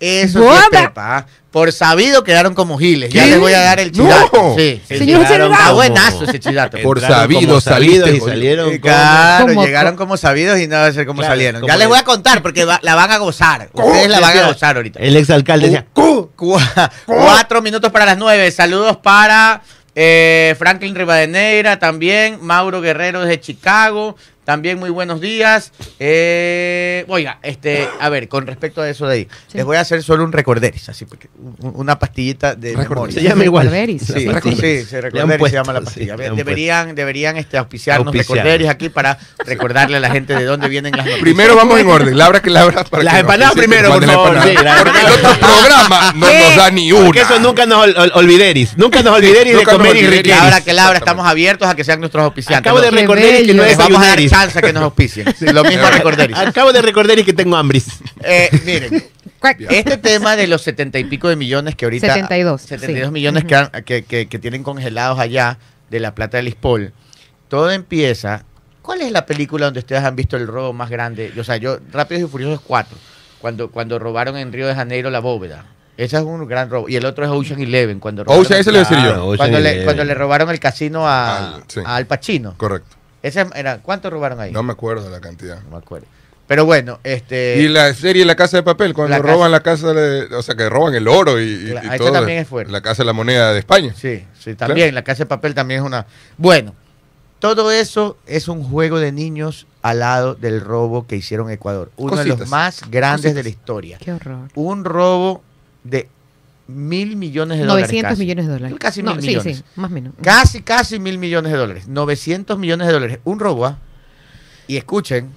Eso sí es
Guapa.
Pepa. ah. Por sabido quedaron como giles. Ya
¿Qué?
les voy a dar el
No.
chidato. Sí, sí,
Señor
llegaron
Cervado.
Está buenazo ese chidato.
Por
Entraron
sabido,
como sabidos
saliste,
y salieron.
Eh,
como-
Claro,
¿Cómo?
llegaron como sabidos y no va a ser como
Claro,
salieron.
como
ya les
es.
voy a contar porque va- la van a gozar. Ustedes la van a
Decía,
gozar ahorita.
El exalcalde decía,
Cu- cu- Cuatro minutos para las nueve. Saludos para eh, Franklin Rivadeneira también, Mauro Guerrero desde Chicago, También muy buenos días. Eh, oiga, este, a ver, con respecto a eso de ahí,
Sí.
les voy a hacer solo un recorderis, así, porque un- una pastillita de
Recorderis.
memoria.
Se llama igual.
Recorderis.
Sí,
La
sí,
pastilla.
sí, se
Le han
recorderis se
puesto,
llama la
sí,
pastilla.
le han
deberían, deberían este, auspiciarnos
Auspiciar.
recorderis aquí para recordarle a la gente de dónde vienen las noticias.
Primero vamos en orden, labra que labra. para
Las
que nos
empanadas
presenten
primero, por
cuáles
favor,
empanadas.
sí, las
Porque el otro programa no
¿Qué?
nos da ni
Porque
una.
eso nunca nos ol- ol- olvideris. Nunca nos olvideris de
nunca nos
comer y
olvideris.
riqueris.
Labra que labra, estamos abiertos a que sean nuestros auspiciantes.
Acabo de
Los-
Qué
recordar que
bello.
no
les
es
vamos a dar
ayuneris.
chance a que nos auspicien. Lo mismo recorderis.
Acabo de recordar y que tengo hambris.
Eh, miren,
Cuac.
este tema de los setenta y pico de millones que ahorita.
72,
72
sí.
millones que, han- que, que- que tienen congelados allá de la plata del Ispol. Todo empieza. ¿Cuál es la película donde ustedes han visto el robo más grande? O sea, yo, Rápidos y Furiosos 4, cuando, cuando robaron en Río de Janeiro la bóveda. Ese es un gran robo. Y el otro es Ocean Eleven, cuando robaron.
Ocean, ese lo iba a decir yo.
cuando, le, cuando le robaron el casino a,
Al- sí.
a Al Pacino.
Correcto.
Ese era, ¿Cuánto robaron ahí?
No me acuerdo la cantidad.
No me acuerdo. Pero bueno, este.
Y la serie La Casa de Papel, cuando
La casa-
roban la casa, de- o sea, que roban el oro y, y-
Claro,
y
eso
todo.
también es fuerte.
La Casa de la Moneda de España.
Sí, sí,
Claro.
también. La casa de papel también es una. Bueno, todo eso es un juego de niños al lado del robo que hicieron Ecuador. Uno de los
Cositas.
más grandes de
Cositas.
la historia.
Qué horror.
Un robo de mil millones de dólares.
900
casi.
millones de dólares.
Casi
no,
mil
sí,
millones.
sí, más o menos.
Casi, casi mil millones de dólares. 900 millones de dólares. Un robo, ¿ah? Y escuchen,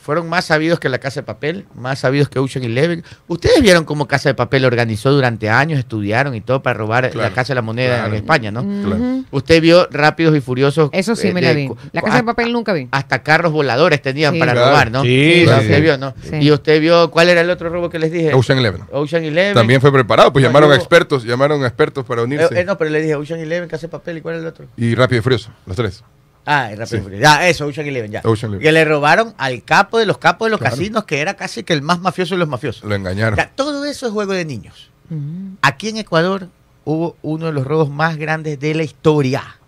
fueron más sabidos que la Casa de Papel, más sabidos que Ocean Eleven. Ustedes vieron cómo Casa de Papel organizó durante años, estudiaron y todo para robar
Claro,
la Casa de la Moneda
claro.
en España, ¿no?
Ujú.
Claro.
Usted vio Rápidos y Furiosos.
Eso sí
eh,
me
de-
la vi.
cu- ah,
La casa de
a-
papel nunca vi.
Hasta carros voladores tenían
Sí.
para
Claro.
robar, ¿no?
Sí,
Eso
sí.
usted vio, ¿no?
Sí.
Y usted vio, ¿cuál era el otro robo que les dije?
Ocean Eleven.
Ocean Eleven.
También fue preparado, pues
No,
llamaron a
yo-
expertos, llamaron a expertos para
Eh,
unirse.
eh, no, pero le dije Ocean Eleven, Casa de Papel, ¿y cuál era el otro?
Y Rápido y Furioso, los tres.
Ah, el Rápido y
Sí.
Furioso. Ya, eso, Ocean Eleven, ya.
Ocean Eleven.
Que le robaron al capo de los capos de los
Claro.
casinos, que era casi que el más mafioso de los mafiosos.
Lo engañaron.
O sea, todo eso es juego de niños.
Ujú.
Aquí en Ecuador hubo uno de los robos más grandes de la historia.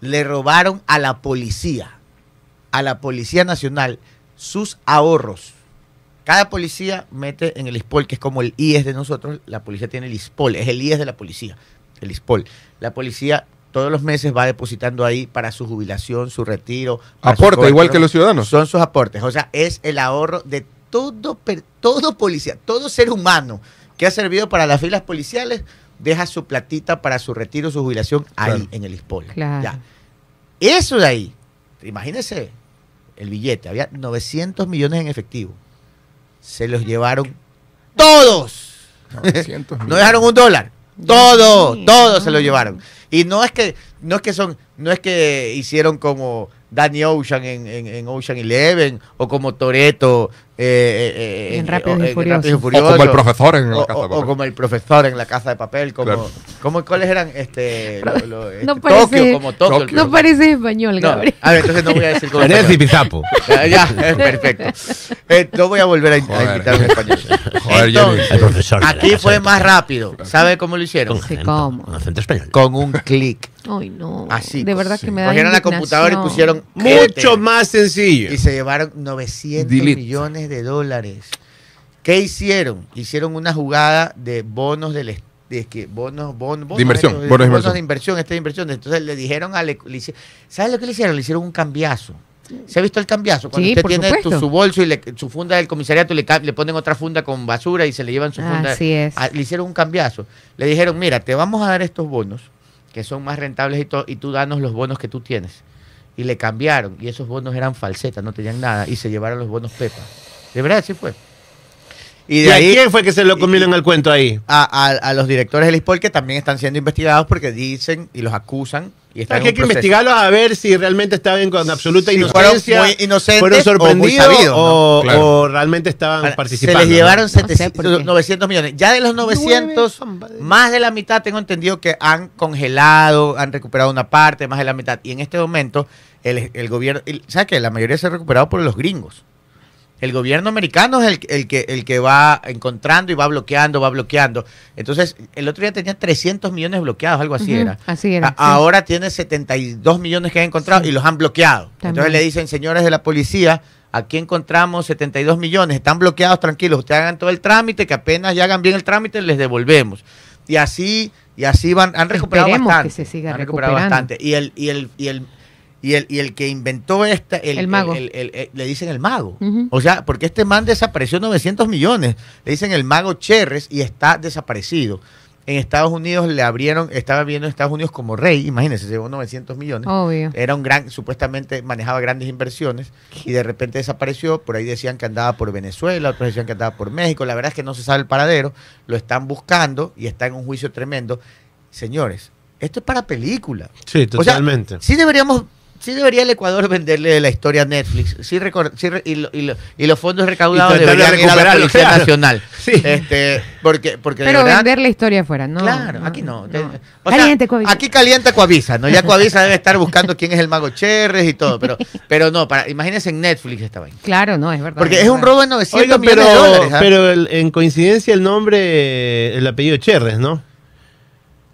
Le robaron a la policía, a la Policía Nacional, sus ahorros. Cada policía mete en el ISPOL, que es como el IES de nosotros, la policía tiene el ISPOL, es el IES de la policía, el ISPOL. La policía todos los meses va depositando ahí para su jubilación, su retiro. para su
Aporta,
cobertura.
igual que los ciudadanos.
Son sus aportes. O sea, es el ahorro de todo, per- todo policía, todo ser humano que ha servido para las filas policiales, deja su platita para su retiro, su jubilación ahí
Claro.
en el ISPOL.
Claro.
Ya. Eso de ahí, imagínense el billete, había 900 millones en efectivo. Se los llevaron todos.
900
No dejaron un dólar.
Dios
Todo,
mío.
todo se lo llevaron. Y no es que, no es que son, no es que hicieron como Danny Ocean en, en- en Ocean Eleven o como eh, Toreto
En Rápidos y Furiosos.
O como el profesor en la
o,
casa.
o- o
papá.
como el profesor en la casa de papel, como,
Claro.
como- ¿cuáles eran? Este, lo- lo- este,
No
Tokio,
parece-
como Tokio.
Tokio.
No parece español,
No, ah,
Gabriel.
a ver, entonces no voy a decir cómo se llama.
pisapo.
Ya, ya, es perfecto. Eh, no voy a volver a, in- a
Joder.
invitar a un español.
Joder, ya
Entonces,
El profesor de la
Aquí
casa
fue
de
más
papel.
rápido. ¿Sabe cómo lo hicieron?
Sí, ¿cómo?
Con acento español.
Con un clic.
Ay, no.
Así,
Ah, De verdad
sí.
que me da
Cogieron la computadora y
indignación.
pusieron
Mucho
enter.
más sencillo.
Y se llevaron 900
Delete.
millones de dólares. ¿Qué hicieron? Hicieron una jugada de bonos del est- de que bonos, bon- bonos,
inversión,
estos,
bonos de inversión.
de inversión, estas inversiones. Entonces le dijeron a le, le hici- ¿Sabes lo que le hicieron? Le hicieron un cambiazo. ¿Se ha visto el cambiazo? Cuando
Sí,
usted
por
tiene tu-
supuesto.
su bolso y le- su funda del comisariato y le, ca- le ponen otra funda con basura y se le llevan su funda.
Así es.
Ah, le hicieron un cambiazo. Le dijeron, mira, te vamos a dar estos bonos que son más rentables y, todo, y tú danos los bonos que tú tienes. Y le cambiaron, y esos bonos eran falsetas, no tenían nada, y se llevaron los bonos Pepa. De verdad, sí fue. Y
¿Y
de
a
ahí
quién fue que se lo comieron al cuento ahí?
a, a- a los directores del ISPOL que también están siendo investigados porque dicen y los acusan. Y están
Hay que
en un proceso.
investigarlos a ver si realmente estaban con absoluta
Si
inocencia.
fueron muy inocentes
fueron
o
sorprendidos
muy sabidos,
o,
¿no? Claro.
o realmente estaban
Ahora, se
participando.
les llevaron
¿no?
sé por
700,
qué.
900 millones. Ya de los 900,
compadre.
más de la mitad tengo entendido que han congelado, han recuperado una parte, más de la mitad. Y en este momento, el, el gobierno, el- ¿sabes qué? La mayoría se ha recuperado por los gringos. El gobierno americano es el, el que, el que va encontrando y va bloqueando, va bloqueando. Entonces, el otro día tenía 300 millones bloqueados, algo así
Ujú,
era.
así era,
A-
sí.
Ahora tiene 72 millones que han encontrado y los han bloqueado. Entonces
También.
le dicen, señores de la policía, aquí encontramos 72 millones, están bloqueados, tranquilos, ustedes hagan todo el trámite, que apenas ya hagan bien el trámite, les devolvemos. Y así, y así van, han recuperado
Esperemos
bastante.
que se siga
han recuperado
recuperando.
bastante. Y el, y el, y el, Y el, y el que inventó esta, el,
El mago.
el- el- el- le dicen el mago.
Ujú.
O sea, porque este man desapareció 900 millones. Le dicen el mago Cherres y está desaparecido. En Estados Unidos le abrieron, estaba viendo Estados Unidos como rey, imagínense, se llevó 900 millones.
Obvio.
Era un gran, supuestamente manejaba grandes inversiones y de repente desapareció. Por ahí decían que andaba por Venezuela, otros decían que andaba por México. La verdad es que no se sabe el paradero. Lo están buscando y está en un juicio tremendo. Señores, esto es para película.
Sí,
O sea,
totalmente.
sí deberíamos, sí debería el Ecuador venderle la historia a Netflix. Sí recor- sí re- y, lo- y lo- y los fondos recaudados
Y tratar de
deberían ir a la
recuperarlo,
Policía
claro.
Nacional.
Sí.
Este, porque, porque de
Pero
verdad-
vender la historia afuera, ¿no?
claro, aquí no. De- o sea,
Caliente, Coavisa.
Aquí calienta Coavisa, ¿no? Ya Coavisa debe estar buscando quién es el mago Cherres y todo, pero, pero no, para, imagínense en Netflix esta vaina.
Claro, no, es verdad.
Porque es un
verdad.
robo de 900
Oiga,
millones
pero,
de dólares. ¿ah?
pero el- en coincidencia el nombre, el apellido Cherres, ¿no?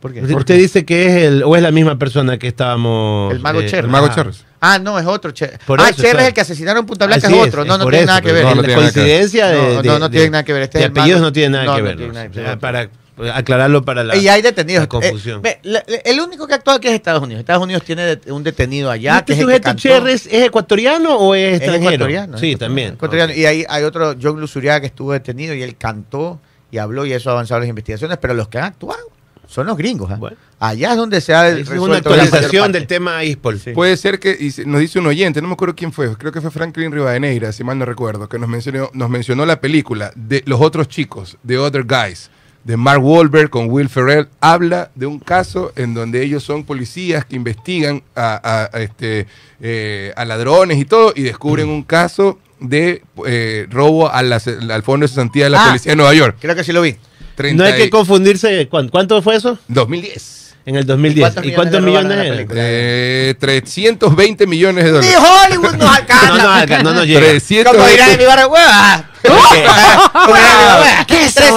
¿Por qué?
Usted dice que es el, o es la misma persona que estábamos.
El mago
eh,
Cherres.
El mago
ajá.
Charles.
Ah, no, es otro Cherres.
Por
Ah,
eso,
Cherres
claro.
el que asesinaron en Punta Blanca
Así
es
es,
otro.
es
no, no
por
tiene
eso,
nada que
pero
ver.
no, no
la
tiene nada que ver.
coincidencia de,
No, no,
de-
no tiene nada que ver, este
de
es el mago.
apellidos no tiene nada
No,
que
no
ver.
tiene
¿no?
nada que
O sea,
ver.
Para aclararlo para la.
y hay detenidos.
la confusión.
Eh, ve, la- la- el único que actúa aquí es Estados Unidos. Estados Unidos tiene det- un detenido allá. que
¿Este
es el que
sujeto
cantó.
Cherres es ecuatoriano o es
Este Es
extranjero?
ecuatoriano,
sí,
es
también.
ecuatoriano. Y ahí hay otro, John Lusuriaga, que estuvo detenido y él cantó y habló y eso ha avanzado las investigaciones, pero los que han actuado son los gringos. ¿ah?
Bueno.
Allá es donde se ha
Es
resuelto
una
la mayor
actualización
parte.
del tema ISPOL.
Puede ser que, y se- nos dice un oyente, no me acuerdo quién fue, creo que fue Franklin Rivadeneira, si mal no recuerdo, que nos mencionó, nos mencionó la película de Los Otros Chicos, The Other Guys, de Mark Wahlberg con Will Ferrell. Habla de un caso en donde ellos son policías que investigan a, a- a este, eh, a ladrones y todo, y descubren
Mm.
un caso de eh, robo a la se- al Fondo de Santidad de la
Ah.
Policía de Nueva York.
Creo que sí lo vi.
Pues,
30
No hay que
y-
confundirse. ¿cuán- ¿Cuánto fue eso?
2010.
En el 2010. ¿Y cuántos millones,
le robaron a la
era?
película?
Eh, 320 millones de
¡Ni
dólares.
Hollywood nos
No, no,
alcanza!
acá no nos llega.
300
Como dirán en mi barrio, ¡hueva!
¿Qué es eso,
320,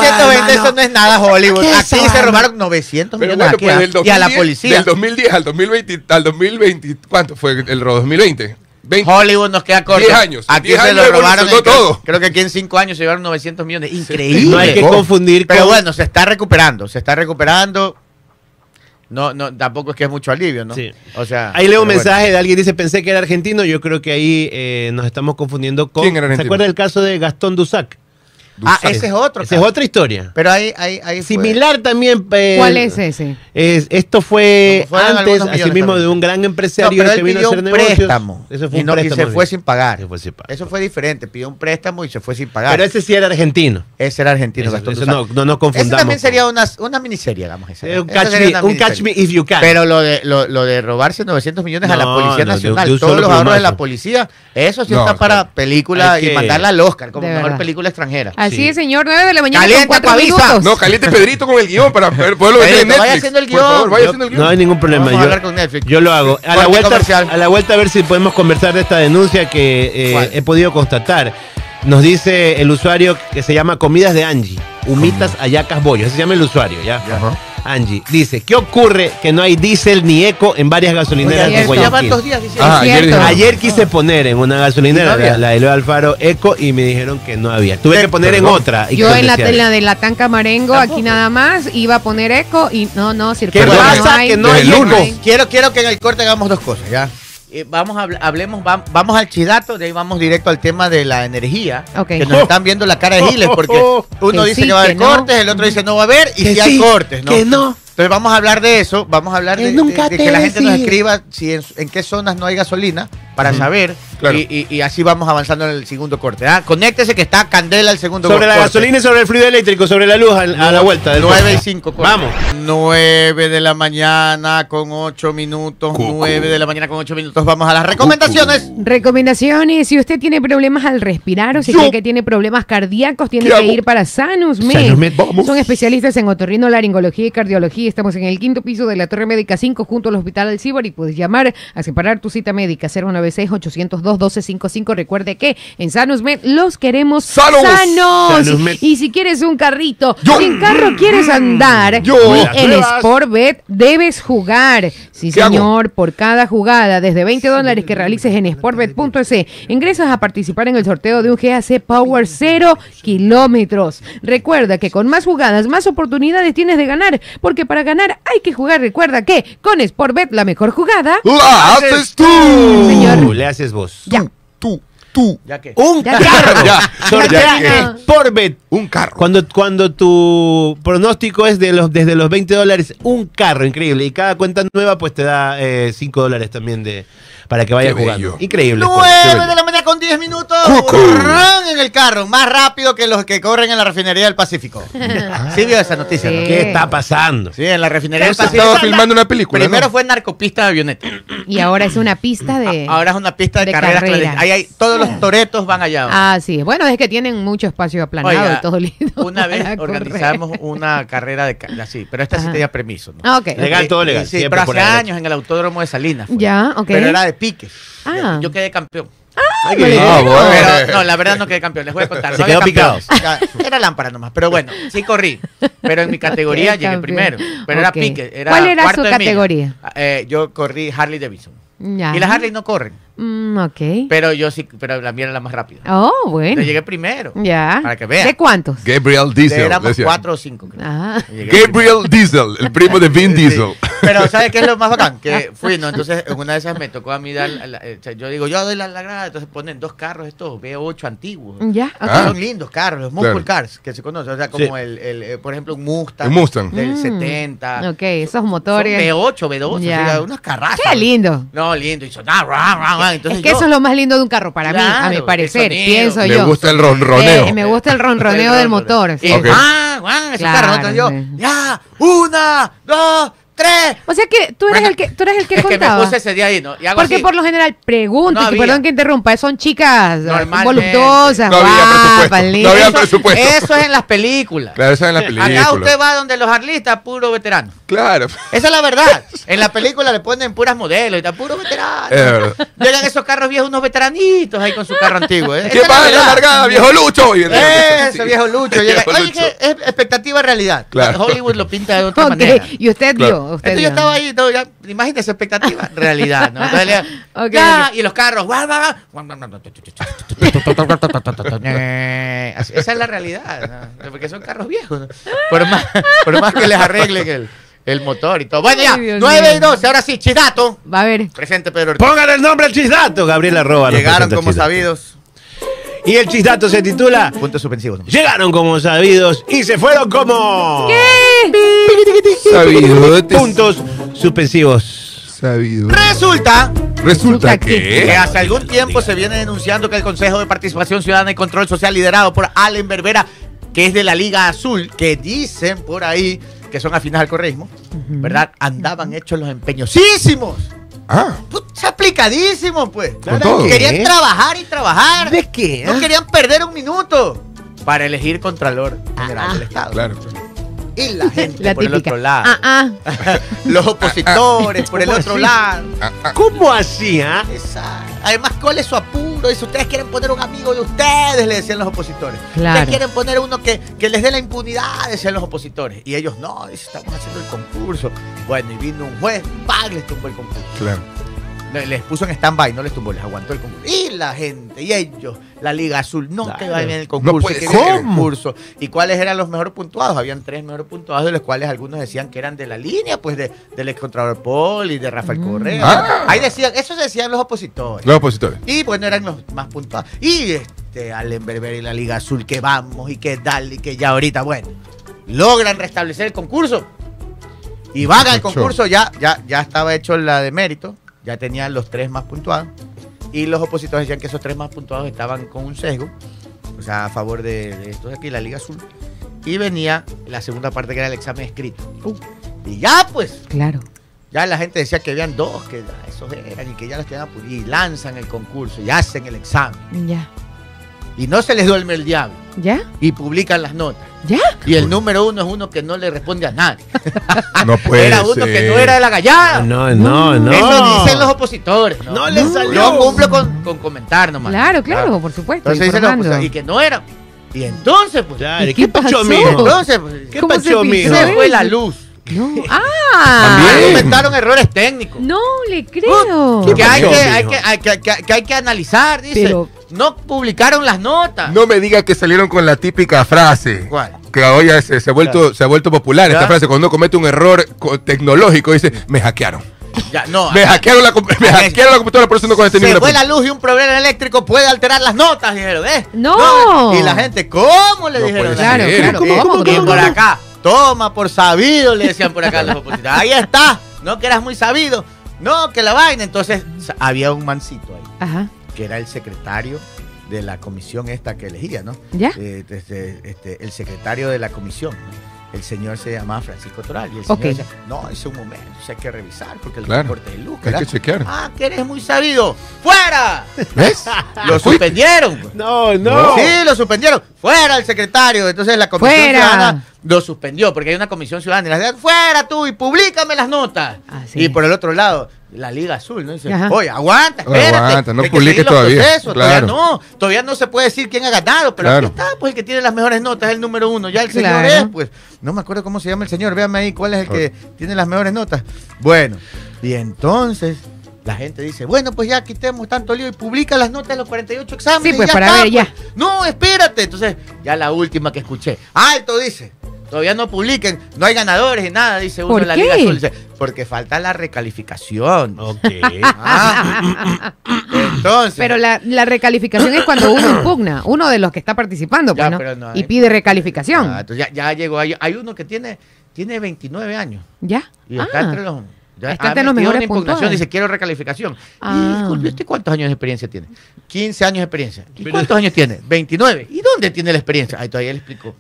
eso
hermano?
no es nada Hollywood.
¿Qué es
Aquí
eso,
se
hermano?
robaron 900
Pero
millones
bueno,
aquí,
pues
¿ah?
del 2010,
y a la policía.
Del 2010 al 2020, al 2020, ¿cuánto fue el, el robo? 2020. 20.
Hollywood nos queda corto.
10 años.
Aquí
10
se
años
lo robaron.
evolucionó
en-
todo.
Creo que aquí en 5 años se llevaron 900 millones. Increíble.
No hay que confundir
Pero
con-
bueno, se está recuperando. Se está recuperando. No, no, tampoco es que es mucho alivio, ¿no?
Sí.
O
Ah,
sea.
Ahí leo un
pero bueno.
mensaje de alguien dice, pensé que era argentino. Yo creo que ahí eh, nos estamos confundiendo con...
¿Quién era
¿Se
argentino?
acuerda del caso de Gastón Dussac?
Ah, ese es otro.
Esa es
caso. pues.
otra historia.
Pero ahí, ahí, ahí. fue.
Similar también... eh,
¿Cuál es ese?
es- esto fue
No, fueron
antes,
algunos
así
millones
mismo,
también.
de un gran
No,
empresario
pero
que
él
vino a
pidió
hacer
un
negocios.
préstamo.
Eso fue
y,
un
no- y
préstamo,
se fue
sí.
sin pagar.
Se fue sin pagar.
Eso fue diferente. Pidió un préstamo y se fue sin pagar.
Pero ese sí era argentino.
Ese era argentino,
Eso-
Gastón
eso
Dussac.
no- no nos confundamos
Ese también
con-
sería una, una miniserie, digamos. Esa.
Eh, Un
Esa
catch,
sería
me,
una
un catch me
miniserie.
if you can.
Pero lo de, lo, lo de robarse 900 millones a la
No,
Policía
no, de-
Nacional,
de un
todos
solo
los ahorros de
plumazo.
la policía, eso sí
No,
está para
claro.
película
Hay que-
y mandarla al Oscar como
De
mejor
verdad.
película extranjera.
Así
Sí.
es, señor, 9 de la mañana
Calienta,
con 4
Coavisa.
minutos.
No, caliente Pedrito con el guión para poder- poderlo ver en
Pedrito,
Netflix.
vaya haciendo el
Por favor,
guión.
vaya
Yo-
haciendo el guión.
no hay ningún problema.
Vamos a
yo,
hablar con Netflix.
yo lo hago. A la,
Corte
vuelta,
comercial.
a la vuelta a ver si podemos conversar de esta denuncia que eh,
¿Cuál?
he podido constatar. Nos dice el usuario que se llama Comidas de Angie. Humitas, ayacas, bollos. Ese se llama el usuario, ¿ya?
Ajá.
Angie. Dice, ¿qué ocurre que no hay diésel ni eco en varias gasolineras
Oye,
de
cierto.
ya van
Guayaquil?
dos días diciendo.
Ah, ayer
cierto.
dijeron-
Ayer quise poner en una
Y no
gasolinera,
había.
la, la de Leo Alfaro, eco, y me dijeron que no había. Tuve
Te-
que poner en
perdón.
otra. y
Yo en la,
comercial.
en la de la tanca Marengo, aquí nada más, iba a poner eco y no, no, circula.
¿Qué
no
pasa?
hay,
Que no
hay eco.
Quiero, quiero que en el corte hagamos dos cosas, ¿ya? Eh, vamos a habl- hablemos, vam- vamos al chidato, de ahí vamos directo al tema de la energía.
Ok.
Que nos están viendo la cara de Giles, porque uno
Que
dice
sí,
que va a
que
haber
no.
cortes, el otro dice no va a haber, y
Que
si hay
sí,
cortes, ¿no?
que no.
Entonces vamos a hablar de eso, vamos a hablar
Que
de, de-
nunca
de
te
que la gente nos
decides.
escriba si en, en qué zonas no hay gasolina para saber.
Claro.
Y, y- y así vamos avanzando en el segundo corte. ¿ah? Conéctese que está Candela el segundo
Sobre la
corte.
gasolina y sobre el fluido eléctrico, sobre la luz, al- a, la vuelta. del
9 y
corte.
5,
Vamos.
9 de la mañana con 8 minutos.
Cucu.
9 de la mañana con 8 minutos. Vamos a las recomendaciones.
Recomendaciones, si usted tiene problemas al respirar o si
Yo-
cree que tiene problemas cardíacos, tiene
¿Qué
que
hago?
ir para Sanus Med.
Sanus Med, vamos.
Son especialistas en otorrino, laringología y cardiología. Estamos en el quinto piso de la Torre Médica 5 junto al Hospital del Cibor y puedes llamar a separar tu cita médica 0996 802 222-1255. Recuerde que en Sanusmed los queremos
¡Sanos!
sanos.
Sanusmed.
Y si quieres un carrito,
Yo- Mm.
si en carro quieres andar,
Yo-
en
Cuidas.
Sportbet debes jugar. Sí,
¿Qué hago?
señor, por cada jugada desde 20 dólares que realices en sportbet.es, ingresas a participar en el sorteo de un GAC Power 0 kilómetros. Recuerda que con más jugadas, más oportunidades tienes de ganar, porque para ganar hay que jugar. Recuerda que con Sportbet la mejor jugada.
¡La ah, haces tú!
Señor.
Le haces vos.
Ya.
Tú, tú.
Ya que.
Un
Ya
carro.
Ya,
Sortean
ya.
en Sportbet.
Un carro.
Cuando, cuando tu pronóstico es de los, desde los 20 dólares, un carro increíble. Y cada cuenta nueva, pues te da eh, 5 dólares también de, para que vayas
Qué
jugando.
bello.
Increíble. Sportbet, qué
9
bello.
de la mañana con 10 minutos.
Cucu.
Corran en el carro, más rápido que los que corren en la refinería del Pacífico. Sí vio esa noticia, ¿no?
Sí.
¿Qué está pasando?
Sí, en la refinería del
Eso
Pacífico.
estaba filmando una película,
Primero
¿no?
fue narcopista de avioneta.
Y ahora es una pista de...
A- Ah, Ahora es una pista de,
de
carreras.
carreras.
clandestinas. Ahí hay, todos los toretos van allá. ¿no?
Ah, sí. Bueno, es que tienen mucho espacio aplanado
Oiga,
y todo lindo.
Una vez
para correr.
organizamos una carrera de ca- así, pero esta sí
Ajá.
tenía permiso. ¿no?
Ah, ok.
Legal,
Sí,
todo legal,
Sí,
siempre
pero
por
hace
la derecha.
años en el autódromo de Salinas. fue.
Ya, ok.
Pero era de piques.
Ah.
Yo quedé campeón.
Ay, qué
Ah,
bello.
bueno.
Pero, no, la verdad no quedé campeón, les voy a contar.
Se
no había
quedó picado.
campeones. Ya, Era lámpara nomás, pero bueno, sí corrí. Pero en mi categoría
Ok,
llegué
campeón.
primero. Pero era
Ok.
pique. Era
¿Cuál era
cuarto
su
de milla.
categoría?
Eh, yo corrí Harley Davidson.
Ya.
Y las Harley no corren.
Mm, ok.
Pero yo sí, pero la mía era la más rápida.
oh, bueno.
Yo llegué primero.
Ya.
Para que vean.
¿De cuántos?
Gabriel Diesel.
Éramos
decía.
cuatro o cinco. creo.
Ah.
Llegué primero.
Gabriel Diesel, el primo de Vin Diesel.
Sí. Pero ¿sabes qué es lo más bacán? Que fui, ¿no? Entonces, en una de esas me tocó a mí dar, la- la- eh, o sea, yo digo, yo doy la, la grada, entonces ponen dos carros estos V8 antiguos.
Ya. Mm, ok.
Ah.
Son lindos carros, los muscle
Claro.
cars que se conocen, o sea, como el, el, eh, por ejemplo, un Mustang,
Un Mustang.
del
Mm.
70.
Ok, esos
Son
motores.
V8, V12,
Ya.
o sea, unas carrazas.
Qué lindo.
No, lindo, y ah, sonaba, ra, ra, ra, entonces
es que
yo-
eso es lo más lindo de un carro para mí, a
Claro,
mi
el
parecer,
sonido.
pienso
soy
Le
yo.
gusta el ronroneo.
Eh, me gusta el ronroneo del motor. sí.
Y,
Ok.
ah, ah, esos
Claro,
carros, entonces yo,
sí.
ya, una, dos, tres.
O sea que tú eres
Bueno,
el que tú eres el que
es que me
contaba.
puse ese día ahí, ¿no? Y hago
porque
así.
por lo general pregunto,
No
y que-
había.
perdón que interrumpa, son chicas eh,
Normalmente.
voluptuosas,
No había presupuesto,
guapas,
no
lindas.
había presupuesto.
Eso es en las películas.
Claro, esa es la película.
Acá usted va donde los arlistas, puro veterano.
Claro.
Esa es la verdad. En la película le ponen puras modelos y está puro veterano.
Es verdad.
Llegan esos carros viejos, unos veteranitos ahí con su carro antiguo. ¿eh?
¿Qué
Esa es
pasa la
verdad.
largada, viejo Lucho? Y-
Eso,
Sí.
viejo Lucho. Llega.
Viejo
Oye,
Lucho.
que es expectativa realidad.
Claro.
Hollywood lo pinta de otra
Ok,
manera.
Y usted
Claro.
vio, usted
Entonces yo
vio.
estaba ahí, no, ya, imagínese expectativa, realidad, ¿no? Entonces le digo,
Ok,
ya, y los carros, guau, guau, guau, guau, guau, guau, Eh, así- esa es la realidad, ¿no? porque son carros viejos, ¿no? por, más, por más que les arreglen el, el motor y todo. Bueno, ya,
Ay, Dios
9 y
mío.
12, ahora sí, chidato.
Va a ver.
Presente Pedro Ortiz.
Póngale el nombre al chisdato, Gabriela Roa. nos
Llegaron
presenta el
como
chisdato.
sabidos,
Y el chisdato se titula
puntos suspensivos.
Llegaron como sabidos y se fueron como
Sabidotes.
puntos suspensivos.
Sabido.
Resulta
Resulta
Resulta que-
que
que.
hace algún tiempo se viene denunciando que el Consejo de Participación Ciudadana y Control Social liderado por Allen Berbera, que es de la Liga Azul, que dicen por ahí que son afines al correísmo, ¿verdad? Andaban hechos los empeñosísimos.
Ah,
Puta, aplicadísimos, pues.
Con todo.
Querían trabajar y trabajar.
¿De qué?
Ah.
No querían perder un minuto para elegir Contralor General del Estado.
claro.
Y la gente
Ah, La
por el
típica.
otro lado.
Ah, ah.
Los opositores por el
¿Cómo
otro
así?
lado.
¿Cómo así, ah?
Esa- Además, ¿cuál es su apuro? Dice, ustedes quieren poner un amigo de ustedes, le decían los opositores.
Claro.
Ustedes quieren poner uno que, que les dé la impunidad, decían los opositores. Y ellos, no, dice, estamos haciendo el concurso. Bueno, y vino un juez, ¡pam! les tumbó el concurso.
Claro.
No, Les puso en stand-by, no les tumbó, les aguantó el concurso. Y la gente, y ellos, la Liga Azul, no
Claro.
que va bien el
No
concurso.
puede
que bien el
ser.
concurso. ¿Y cuáles eran los mejor puntuados? Habían tres mejor puntuados, de los cuales algunos decían que eran de la línea, pues de, del excontrador Paul y de Rafael Correa.
Ah.
Ahí decían, eso decían los opositores.
Los opositores.
Y bueno, eran los más puntuados. Y este, Allen Berber y la Liga Azul, que vamos y que dale y que ya ahorita, bueno, logran restablecer el concurso. Y van al
Ocho.
concurso, ya, ya, ya estaba hecho la de mérito, ya tenían los tres más puntuados. Y los opositores decían que esos tres más puntuados estaban con un sesgo, o sea, a favor de, de estos de aquí, la Liga Azul. Y venía la segunda parte que era el examen escrito. Y ya pues,
Claro.
ya la gente decía que habían dos, que ya esos eran y que ya los tenían apurados. Y lanzan el concurso y hacen el examen.
Ya.
y no se les duerme el diablo
¿Ya?
y publican las notas.
¿Ya?
Y el número uno es uno que no le responde a nadie.
No puede
Ah, era uno que
ser.
no era de la gallada.
No, no, no.
Eso dicen los opositores. No,
No le salió.
Yo cumplo con, con comentar nomás.
Claro, claro, por supuesto.
Entonces
pues,
dicen los
informando.
opositores, y que no era. Y entonces, pues.
Claro,
¿Y
¿Qué
qué
pasó,
pasó?
mijo?
Entonces, pues,
¿Qué
¿Cómo se
pasó, mijo?
filtró
se fue
eso?
la luz.
No. ¡Ah!
También.
Ahí Comentaron errores técnicos.
No le creo.
Oh. Que hay que,
pasó,
hay
mijo?
que, hay que, que- que hay que analizar, dice.
Pero-
no publicaron las notas.
No me diga que salieron con la típica frase.
¿Cuál?
Que hoy ya se, se ha vuelto, se ha vuelto popular esta
Ya.
frase. Cuando uno comete un error co- tecnológico, dice, me hackearon.
Ya, no.
Me hackearon la, com- me hackearon la computadora, por eso no conecté
Se
ninguna.
fue la
punta".
luz y un problema eléctrico puede alterar las notas, dijeron, ¿eh?
No.
Y la gente, ¿cómo le
No
dijeron?
puede
Claro,
ser.
claro.
Y-
¿Cómo,
y
cómo,
por
cómo?
acá, toma por sabido, le decían por acá los opositores. Ahí está, no que eras muy sabido. No, que la vaina. Entonces, sa- había un mancito ahí,
Ajá.
que era el secretario de la comisión esta que elegía, ¿no?
¿Ya?
Eh, este, este, el secretario de la comisión. ¿no? El señor se llamaba Francisco Toral. Y el señor
Ok.
decía, no, es un momento, eso hay que revisar porque el
Claro.
reporte de luz.
Hay que chequear.
Ah, que eres muy sabido. ¡Fuera!
¿Ves?
Lo
Uy,
suspendieron. pues.
No, no.
Sí, lo suspendieron. Fuera el secretario. Entonces la comisión
Fuera.
ciudadana lo suspendió porque hay una comisión ciudadana. Y las de- Fuera tú y públicame las notas.
Así
Y
es.
por el otro lado, la Liga Azul, ¿no? Dice,
Ah, Ajá.
oye, aguanta, espérate.
Aguanta, no
hay que
publiques
seguir los
todavía.
procesos,
Claro.
Todavía no. Todavía no se puede decir quién ha ganado, pero
Claro.
aquí está, pues el que tiene las mejores notas es el número uno. Ya el señor
Claro.
es, pues. No me acuerdo cómo se llama el señor. Véame ahí cuál es el que tiene las mejores notas. Bueno, y entonces. La gente dice, bueno, pues ya quitemos tanto lío y publica las notas de los 48 exámenes.
Sí, pues,
y ya
para
está,
ver, ya.
no, espérate. Entonces, ya la última que escuché. Alto dice. Todavía no publiquen, no hay ganadores y nada, dice uno
¿Por
en la
qué? Ah,
Liga Azul. Dice, porque falta la recalificación.
Ok.
Ah. Entonces.
Pero la, la recalificación es cuando uno impugna, uno de los que está participando,
Ya,
pues, ¿no?
pero no hay-
y pide recalificación.
Ah, entonces ya, ya llegó. Hay, hay uno que tiene, tiene 29 años.
¿Ya?
Y
Ah,
está entre los. ya
Está
ha
entre los
metido una
mejores
impugnación,
puntuales.
Dice, quiero recalificación.
Ah.
Y disculpe, ¿usted cuántos años de experiencia tiene? 15 años de experiencia. ¿Y cuántos años tiene? 29. ¿Y dónde tiene la experiencia? Ay, todavía le explico.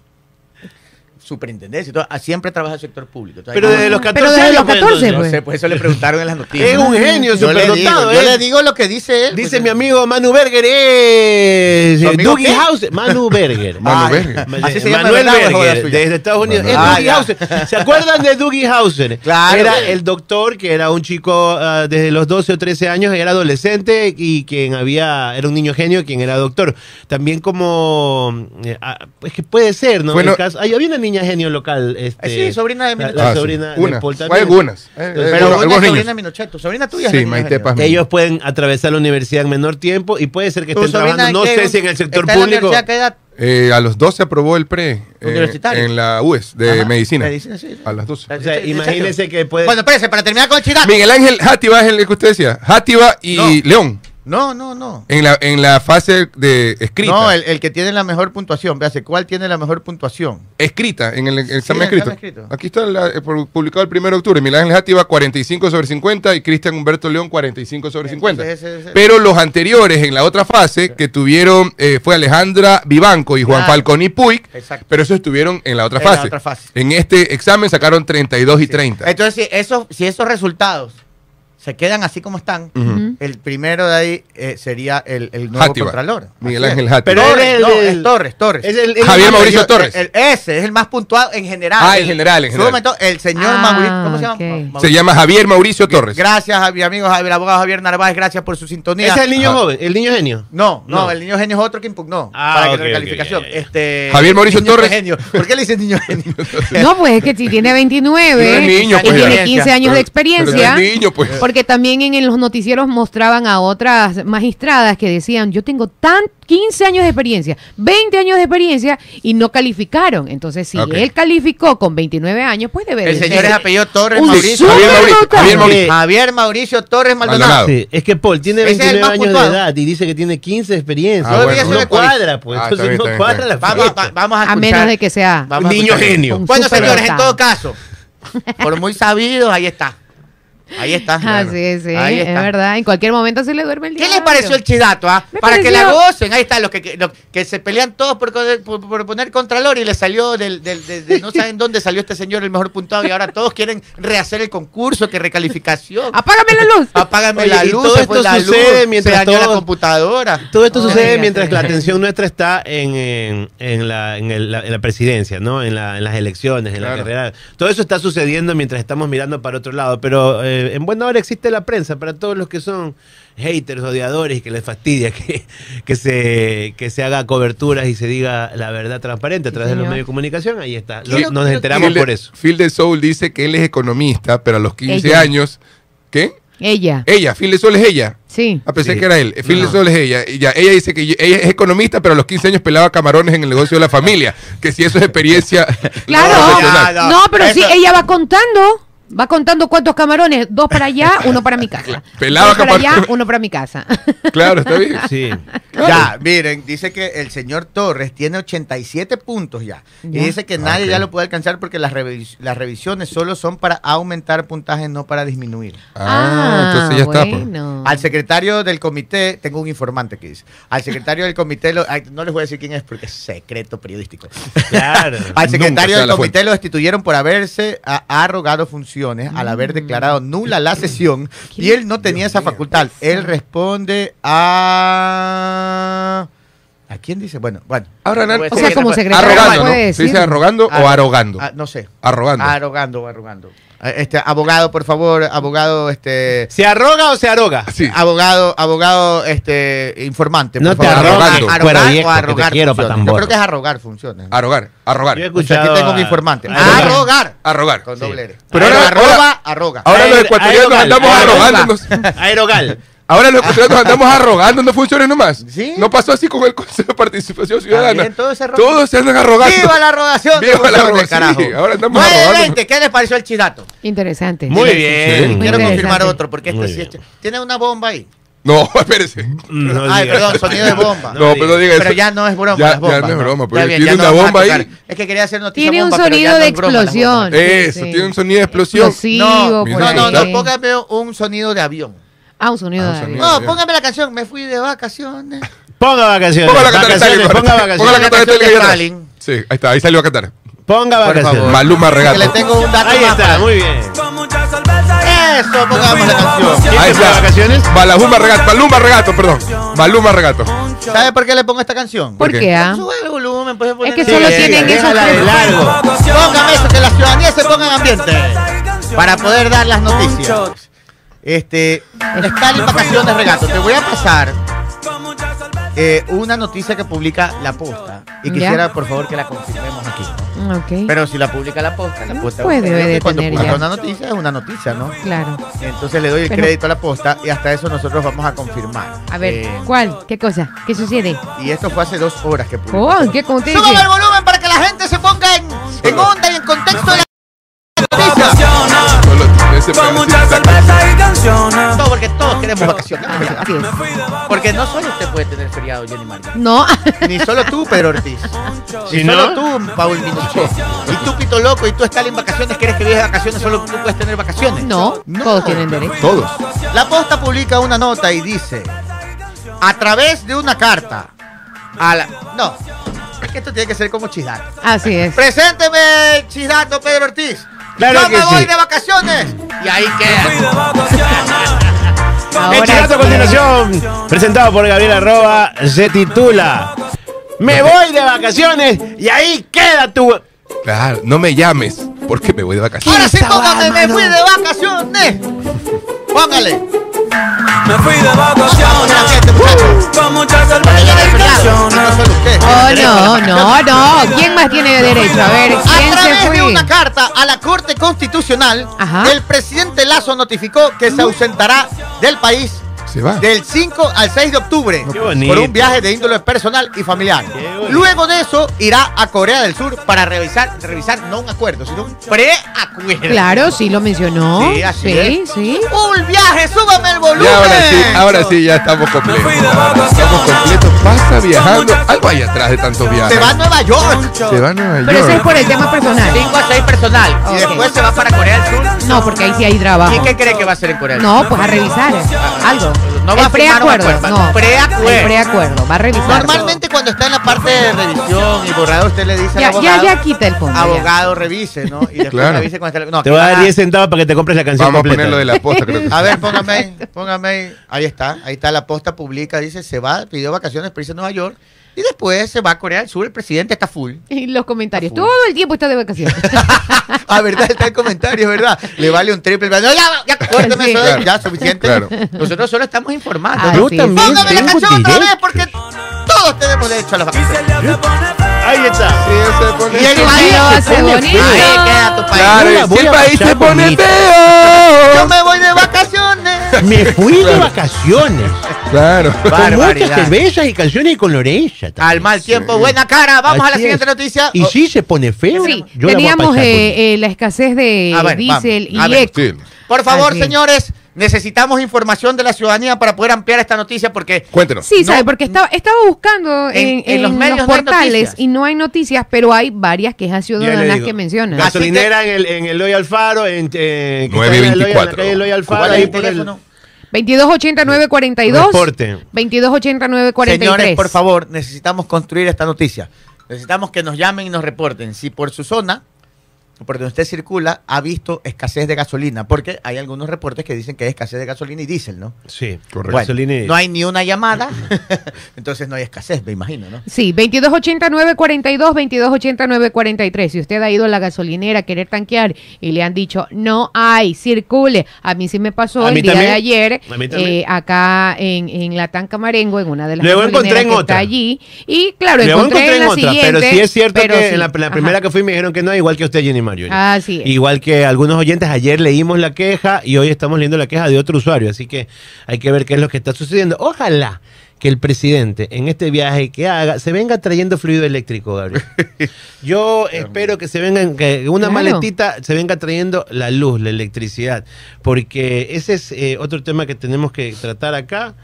Superintendencia. y todo. Ah, siempre trabaja en el sector público. Todavía
Pero
no-
desde los 14
Pero desde
años,
los
pues,
14,
entonces.
No
pues.
sé, pues eso le preguntaron en las noticias.
Es un genio
yo le, digo,
superdotado,
yo
¿eh?
le digo lo que dice él.
Dice mi amigo Manu Berger, es
¿Tu amigo
Dougie
qué?
House. Manu Berger.
Manu Berger.
Así se llama,
Manuel
¿verdad? Joda
Berger,
suya.
desde Estados Unidos.
Manuel.
Es
Ah,
Dougie
ya.
Hauser. ¿Se acuerdan de Dougie Hauser?
Claro.
Era el doctor que era un chico ah, desde los 12 o 13 años, era adolescente y quien había, era un niño genio quien era doctor. También como, eh, ah, pues que puede ser, ¿no?
Bueno.
El caso- ay, había una niña genio local. Este,
Ah, sí, sobrina de mi
la-
novia.
la
Ah, sí.
sobrina de
Una.
Paul
Hay
también.
algunas. Hay-
Entonces,
hay
Pero
algunos-
una
algunos
sobrina
niños.
de Minocheto, sobrina tuya. es
Sí,
la niña
Maite
genio.
Paz.
Ellos pueden atravesar la universidad en menor tiempo y puede ser que
Tu
estén
sobrina
trabajando, no
que-
sé si en el sector
está En la
público.
universidad, ¿qué edad?
Eh, a los 12 aprobó el pre eh,
Universitario.
en la UES de
Ajá,
medicina.
medicina, sí, sí.
A las 12.
O sea, imagínense que puede.
Bueno, espérese, para terminar con Chirac.
Miguel Ángel Játiva es el que usted decía. Játiva y
Ah. No.
León.
No, no, no.
En la, en la fase de escrita.
No, el, el que tiene la mejor puntuación. Véase, ¿cuál tiene la mejor puntuación?
Escrita, en el, el
en el
examen escrito.
examen escrito.
Aquí está la- eh, pu- publicado el 1 de octubre. Miguel Ángel Játiva 45 sobre 50 y Cristian Humberto León 45 sobre 50.
Entonces, eh, ese es el-
Pero los anteriores en la otra fase que tuvieron eh, fue Alejandra Vivanco y Juan
Claro.
Falcón y Puig,
Exacto.
pero esos estuvieron en la otra
En la
fase.
otra fase.
En este examen sacaron 32 y 30.
Entonces, si esos, si esos resultados se quedan así como están, el primero de ahí eh, sería el, el nuevo
Játiva.
Contralor.
Miguel
Así
Ángel
es.
Játiva.
Pero
Torres,
él es el
no,
del-
es Torres, Torres.
es el-
Javier Mauricio
Yo-
Torres.
el- ese es el más puntuado en general.
Ah, en general, en general.
Súbame to- el señor
Ah,
Mauricio. ¿Cómo se llama?
ok.
Mauricio.
Se llama Javier Mauricio Torres.
Gracias a mi amigo Javier, abogado Javier Narváez, gracias por su sintonía.
Ese es el niño
Ajá.
joven, el niño genio.
No, no,
No.
el niño genio es otro que impugnó
Ah,
para
ok,
que la calificación.
ok, ya, ya, ya.
Este,
Javier Mauricio
niño
Torres.
Genio. ¿Por qué le dicen niño genio?
No, pues es que si tiene 29
No es niño,
y
pues,
tiene
ya.
15 años de
Pero no es
experiencia.
niño, pues.
Porque también en los noticieros mostraban a otras magistradas que decían, yo tengo tan 15 años de experiencia, 20 años de experiencia y no calificaron. Entonces, si
Ok.
él calificó con 29 años, pues debe
El
de
señor es
ser.
apellido Torres
Un
Mauricio.
Javier
Mauricio,
notable.
Javier Mauricio.
Eh,
Javier Mauricio Torres Maldonado.
Maldonado.
Sí, es que Paul tiene
Ese es el
29
más
años
puntuado.
de edad y dice que tiene 15 de experiencia.
Ah,
Entonces
bueno.
no cuadra, pues.
Ah, está
Entonces
bien, está
no
bien,
cuadra
está
la
bien.
Vamos,
fiesta.
va- vamos a
A
escuchar. Ah,
menos de que sea
vamos a
Niño
escuchar.
genio.
Bueno,
Súper
señores, en
dotado.
todo caso, por muy sabidos, ahí está. Ahí está.
Así es, Ah, sí,
Ahí
es
está.
verdad. En cualquier momento se le duerme el día.
¿Qué les pareció el chidato? ah?
Me
Para que la
pareció-
gocen. Ahí están los que, que- los que se pelean todos por, co- por- por poner Contralor y le salió del, del- de- de- no saben dónde salió este señor el mejor puntuado y ahora todos quieren rehacer el concurso, que recalificación.
Apágame la luz.
Apágame
Ah, Oye,
la
y
luz,
todo
se fue
esto
la
sucede
luz,
mientras
se dañó la
todos-
computadora.
Todo esto
Ay,
sucede
ya
mientras
sé.
la atención nuestra está en, en- en la, en el- la- en la presidencia, ¿no? En, la- en las elecciones, en
Claro.
la carrera. Todo eso está sucediendo mientras estamos mirando para otro lado. Pero eh, en buena hora existe la prensa para todos los que son haters, odiadores, que les fastidia que, que, se, que se haga coberturas y se diga la verdad transparente a
Sí,
través de los
señor.
medios de comunicación. Ahí está.
Quiero-
Lo- nos
quiero-
enteramos
Phil
por
de-
eso.
Phil de Soul dice que él es economista, pero a los 15
Ella.
años. ¿Qué?
Ella.
¿Eh?
Ella, Phil de Soul es ella.
Sí.
A pesar
Sí.
que era él. Phil
No.
de Sol es ella. Y ya, ella dice que ye- ella es economista, pero a los 15 años pelaba camarones en el negocio de la familia. Que si eso es experiencia.
Claro.
profesional.
no,
No,
no,
pero sí,
eso-
ella va contando. Va contando cuántos camarones. Dos para allá, uno para mi casa.
Pelaba
dos para allá,
camarones.
uno para mi casa.
Claro, está bien.
Sí.
Ya, miren, dice que el señor Torres tiene 87 puntos ya.
Ya.
Y dice que nadie ya lo puede alcanzar porque las, revis- las revisiones solo son para aumentar puntajes, no para disminuir.
Ah, entonces ya está. pues.
bueno.
Al secretario del comité, tengo un informante que dice, al secretario del comité, lo- ay, no les voy a decir quién es porque es secreto periodístico.
Claro.
Al
Nunca se
secretario
da
del
la
comité
fuente.
lo destituyeron por haberse a- arrogado funciones al haber declarado nula la sesión
¿Qué
y él no tenía esa facultad. Él responde a... ¿A quién dice? Bueno, bueno.
Ahora, Nan-
Puede
o
ser
sea,
que
como
la-
secretario
Arrogando, ¿no?
puede
¿Se
decir.
dice arrogando o
Ah,
arrogando?
Ah, no sé.
Arrogando.
Arrogando, arrogando. Ah, Este, abogado, por favor, abogado, este...
¿Se arroga o se aroga?
Sí.
Abogado, abogado, este, informante.
No
por
te
favor.
arrogas,
Arrogar-
tú,
arrogar
cuero
o
viejo, que te
arrogar
quiero,
funciones.
patambor.
Yo creo que es arrogar funciones.
Arrogar, arrogar.
Yo he
O sea, aquí
escuchado
tengo
a-
mi informante.
a-
Arrogar.
Arrogar.
Con
Sí.
doble R.
Pero
Pero
ahora-
arroba,
ahora-
arroga.
Ahora los
Aero-
ecuatorianos
aerogal,
andamos
aerogal.
arrogándonos.
Aerogal.
Ahora los ecuatorianos andamos arrogando no funciones nomás.
Sí.
No pasó así con el Consejo de Participación Ciudadana.
También todos se arrogan.
Todos se andan arrogando.
¡Viva la arrogación!
Viva la
Del
arrogación,
carajo.
sí, ahora estamos
9,
arrogando.
20, ¿qué les pareció el chidato?
Interesante.
Muy bien.
Quiero
interesante.
confirmar otro, porque este
Muy
sí es
bien.
chi- Tiene una bomba ahí.
No, espérese.
Mm, No
Ay,
digas.
perdón, sonido de bomba.
No, pero no diga eso.
Pero ya no es broma.
Ya,
las bombas,
ya no es broma, pero
Está bien,
tiene
ya no
una
vamos a
bomba
tocar.
ahí.
Es que quería hacer noticia
Tiene un
bomba, pero ya
sonido
no
de
es broma las bombas.
explosión.
Eso,
Sí.
tiene un sonido de explosión.
Explosivo, por
no, no,
ahí.
no, póngame un sonido de avión.
Ah, un sonido
Ah, un
de
sonido.
avión.
No, póngame la canción. Me fui de vacaciones.
Ponga vacaciones.
Ponga la
vacaciones,
Catar
ponga
Ponga la
vacaciones.
Catar
Canción de
Estálica.
Stalin.
Sí, ahí está, ahí salió a Catar.
Ponga
Por favor.
vacaciones.
Maluma
Que le
regato.
tengo un dato
Ahí
más
está,
para-
muy bien.
Con mucha cerveza
Eh.
y-
Eso, pongamos la canción.
Ahí
¿Quién se fue
está.
de vacaciones?
Maluma regato, Maluma regato, perdón. Maluma regato.
¿Sabe por qué le pongo esta canción?
¿Por
¿Por
qué?
qué?
ah?
Sube el volumen, pues,
Es que
ponle-
solo
Sí,
tienen
déjala
esos
de
tres.
lado. Póngame eso, que la ciudadanía se ponga en ambiente. Para poder dar las noticias. Este, Stalin Vacaciones Regato. Te voy a pasar eh, una noticia que publica La Posta. Y
Ya.
quisiera, por favor, que la confirmemos aquí.
Mm, Ok.
Pero si la publica La Posta, La Posta...
Pues debe de
cuando
tener
publica
ya.
una noticia, es una noticia, ¿no?
Claro.
Entonces le doy el
Pero-
crédito a La Posta y hasta eso nosotros vamos a confirmar.
A ver,
Eh,
¿cuál? ¿Qué cosa? ¿Qué sucede?
y esto fue hace dos horas que publicó.
Oh, ¿qué como te dije?
Súbame el volumen para que la gente se ponga en, en onda y en contexto de la noticia.
Solo ese
Con
pedacito
mucha
está-
cerveza y canciones.
No, porque todos queremos vacaciones.
Ah, Así es.
Porque no solo usted puede tener feriado, Jenny María.
No.
Ni solo tú, Pedro Ortiz. Ni
Si
solo
no-
tú, Paul Minucho. Y tú, Pito Loco, y tú estás en vacaciones, quieres que viajes de vacaciones, solo tú puedes tener vacaciones.
No, todos tienen derecho.
Todos.
La Posta publica una nota y dice, a través de una carta, a la... No, es que esto tiene que ser como chidato.
Así es.
Presénteme el chidato Pedro Ortiz.
Claro
Yo
que
me voy
sí.
de vacaciones. Y ahí
Fui
queda.
de vacaciones.
El chidato a
Ahora.
continuación, presentado por Gabriel Arroba, se titula Me voy de vacaciones y ahí queda tu...
Claro, no me llames porque me voy de vacaciones.
Ahora sí, póngame, me fui de vacaciones. Póngale. este
Me fui de
Vamos, la
vacaciones.
gente, muchachos.
Con mucha
Para
cerveza
llegar
y
al feriado. No
canciones.
solo usted.
Oh, no, no, no. ¿Quién más tiene derecho? A ver,
A
¿quién
través
se
de
fue?
una carta a la Corte Constitucional,
Ajá.
el presidente Lazo notificó que se ausentará del país
se va.
Del 5 al 6 de octubre.
Qué
Por
bonito.
un viaje de índole personal y familiar.
bonito.
Luego de eso, irá a Corea del Sur para revisar, revisar no un acuerdo, sino un preacuerdo.
Claro, sí lo mencionó.
Sí,
Sí,
así
sí,
es. ¡Un viaje! ¡Súbame el volumen!
Ya ahora sí, ahora sí, ya estamos
Me
completos.
fui de vacaciones.
Estamos completos. Pasa viajando. Algo hay atrás de tantos viajes.
Se va a Nueva York.
Se va a Nueva
Pero eso es
York.
por el tema personal.
5 a 6 personal. Y
Ok.
después se va para Corea del Sur.
No, porque ahí sí hay trabajo.
¿Y qué cree que va a hacer en Corea del Sur?
No, pues a revisar algo.
No va
el
a firmar un
preacuerdo.
acuerdo.
No,
Preacuerdo.
El preacuerdo. Va a revisar.
Normalmente cuando está en la parte de revisión y borrado, usted le dice
Ya,
al
ya,
abogado,
ya quita el fondo. ya.
abogado, revise, ¿no? Y después
Claro.
revise cuando esté... No,
Te voy a
aquí
dar
va-
10 centavos para que te compres la canción
Vamos a
completa.
ponerlo de la posta, creo que
A ver, póngame, ahí, póngame. ahí. Ahí está, ahí está la posta pública. Dice, se va, pidió vacaciones para irse a Nueva York. Y después se va a Corea del Sur. El presidente está full.
Y los comentarios. Todo el tiempo está de vacaciones.
Ah, verdad, está el comentario, ¿verdad? Le vale un triple. No, ya, ya, córteme
Sí.
eso,
Claro.
ya, suficiente.
Claro.
Nosotros solo estamos informando.
Ah,
Yo
sí,
también
Póngame la
tengo
canción otra vez
directo.
porque todos tenemos derecho a las vacaciones.
Ahí está.
Y el país
Pero hace
pone
bonito.
feo. Ahí queda tu país.
Claro,
Yo la
y si
voy
el
a
país se
bajar
pone
bonita.
Yo
feo.
me voy de vacaciones.
Me fui de vacaciones.
Claro.
Con muchas
Barbaridad.
cervezas y canciones y con Lorenza. también.
Al mal tiempo, buena cara. Vamos a la
Así
siguiente
es.
noticia.
Y
Oh,
si se pone feo,
Sí,
yo la voy a pues.
teníamos
pasar
eh,
bonita.
eh, la escasez de
A ver, Ah, vamos,
diésel y
a ver.
eco.
Sí.
Por favor,
Así es.
señores, necesitamos información de la ciudadanía para poder ampliar esta noticia porque
Cuéntenos.
Sí,
No,
¿sabe? Porque estaba, estaba buscando en,
en- en
en
los
los,
medios no hay
portales
noticias.
y no hay noticias, pero hay varias quejas
Yo le
ciudadanas
digo,
que mencionan.
Así
Gasolinera en el, en el Eloy Alfaro, en, eh, que está en el Eloy, en la
924.
calle Eloy Alfaro,
¿cuál es
ahí
el
por el-
teléfono?
2289-42.
Reporte.
2289-43.
Señores, por favor, necesitamos construir esta noticia. Necesitamos que nos llamen y nos reporten si por su zona, o por donde usted circula, ha visto escasez de gasolina, porque hay algunos reportes que dicen que hay escasez de gasolina y diésel, ¿no?
Sí,
Correcto.
Bueno,
gasolina y-
no hay ni una llamada, entonces no hay escasez, me imagino, ¿no?
Sí, 2289-42, 4289-43. Si usted ha ido a la gasolinera a querer tanquear y le han dicho, no hay, circule. A mí sí me pasó
A
el
mí
día
también.
de ayer,
A mí también.
eh, acá en, en la Tanca Marengo, en una de las
Luego
gasolineras
encontré en
que
otra.
está allí. Y claro,
Luego
encontré, en la siguiente.
pero sí es cierto
pero
que
sí,
en la, la
ajá.
primera que fui me dijeron que no, igual que usted, Jenny Mario.
Así es.
Igual que algunos oyentes, ayer leímos la queja y hoy estamos leyendo la queja de otro usuario, así que hay que ver qué es lo que está sucediendo. Ojalá que el presidente en este viaje que haga se venga trayendo fluido eléctrico, Gabriel. Yo espero que se vengan, que una
Claro.
maletita se venga trayendo la luz, la electricidad, porque ese es eh, otro tema que tenemos que tratar acá.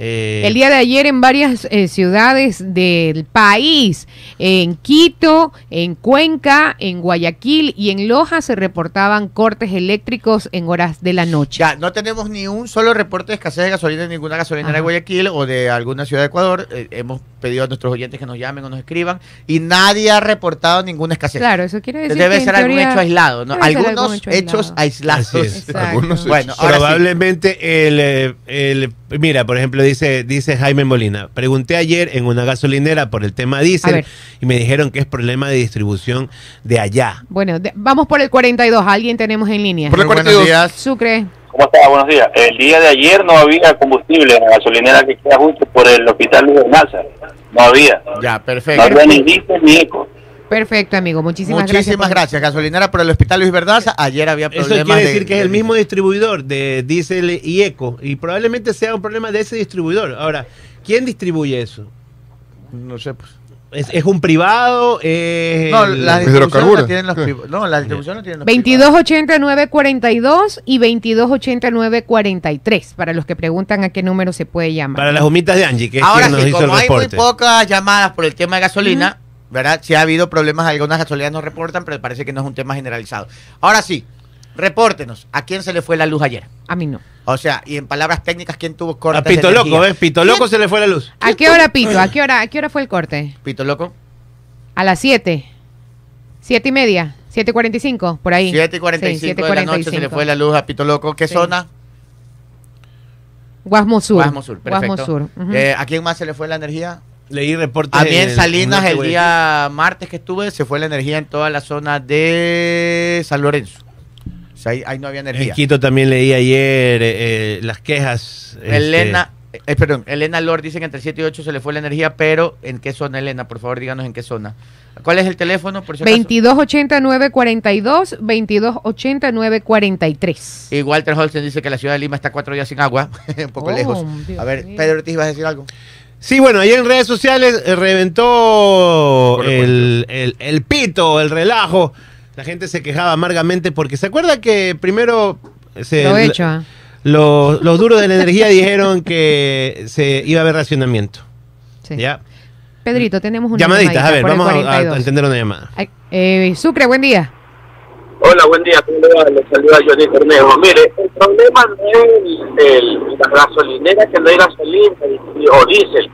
Eh,
El día de ayer en varias eh, ciudades del país, en Quito, en Cuenca, en Guayaquil y en Loja se reportaban cortes eléctricos en horas de la noche.
Ya, no tenemos ni un solo reporte de escasez de gasolina en ninguna gasolinera de
Ajá.
Guayaquil o de alguna ciudad de Ecuador. Eh, hemos pedido a nuestros oyentes que nos llamen o nos escriban y nadie ha reportado ninguna escasez.
Claro, eso quiere decir
Debe
que en
ser algún
teoría
hecho aislado, ¿no?
debe ser algún
Algunos
hecho
hechos
aislado.
aislados.
Así es.
Exacto.
Algunos hechos.
Bueno, ahora sí.
Probablemente el, eh, el, Mira, por ejemplo, dice, dice Jaime Molina. Pregunté ayer en una gasolinera por el tema
A
diésel
ver.
y me dijeron que es problema de distribución de allá.
Bueno, de- vamos por el 42. Alguien tenemos en línea.
Por la
Muy buenos
42.
días.
Sucre.
¿Cómo está? Buenos días. El día de ayer no había combustible en la gasolinera que queda justo por el hospital Luis Almanza. No había.
Ya,
No
perfecto.
había ni diésel ni eco.
Perfecto, amigo. Muchísimas,
Muchísimas gracias,
por-
Gasolinera por el Hospital Luis Verdaza. Ayer había problemas.
Eso quiere
de-
decir que es
de-
el mismo distribuidor de diésel y eco y probablemente sea un problema de ese distribuidor. Ahora, ¿quién distribuye eso?
No sé, pues.
¿Es, es un privado? ¿Es
No,
el-
la
¿Es
distribución
hidrocarburos?
la tienen los
Sí.
privados. No, la distribución la tienen los
2289-42 y 2289-43. Para los que preguntan a qué número se puede llamar.
Para las humitas de Angie, que es
privados. Ahora
quien nos
sí,
hizo el
como hay muy
reporte.
pocas llamadas por el tema de gasolina, ¿verdad? Sí ha habido problemas. Algunas gasolineras no reportan, pero parece que no es un tema generalizado. Ahora sí, repórtenos. ¿A quién se le fue la luz ayer?
A mí no.
O sea, y en palabras técnicas, ¿quién tuvo cortes
A Ah, Pito
de
Loco,
energía?
¿ves? Pito Loco se le fue la luz.
¿A qué hora, Pito? ¿A qué hora, a qué hora fue el corte?
Pito Loco.
A las 7. 7 y media. 7.45, por ahí.
7 y 45 de la noche se le fue la luz a Pito Loco. ¿Qué
Sí.
zona?
Guasmo Sur.
Guasmo Sur, perfecto.
Guasmo Sur, ujú.
Eh, ¿A quién más se le fue la energía?
Leí reportes.
A mí en
el-
Ah, Salinas
norte,
el
güey.
día martes que estuve se fue la energía en toda la zona de San Lorenzo. O sea, ahí, ahí no había energía.
En Quito también leí ayer eh, eh, las quejas. este,
Elena eh, perdón, Elena Lord dicen que entre 7 y 8 se le fue la energía, pero ¿en qué zona, Elena? Por favor, díganos en qué zona. ¿Cuál es el teléfono? Por si acaso?
2289-42, 2289-43.
Y Walter Holsten dice que la ciudad de Lima está cuatro días sin agua, un poco
Oh,
lejos.
Dios
a ver,
mío.
Pedro Ortiz, ¿vas a decir algo?
Sí, bueno, ahí en redes sociales eh, reventó el, el- el pito, el relajo. La gente se quejaba amargamente porque se acuerda que primero se,
Eh,
Lo he hecho, ¿ah?
los, los duros de la energía dijeron que se iba a haber racionamiento.
Sí.
¿Ya?
Pedrito, tenemos una
Llamaditas, a ver,
por el
vamos a- a,
42.
a entender una llamada.
Ay, eh, Sucre, buen día.
Hola, buen día. ¿Cómo le va? Le saluda Johnny Cornejo. Mire, el problema no es el- la gasolinera que no hay gasolina y- y- o diésel.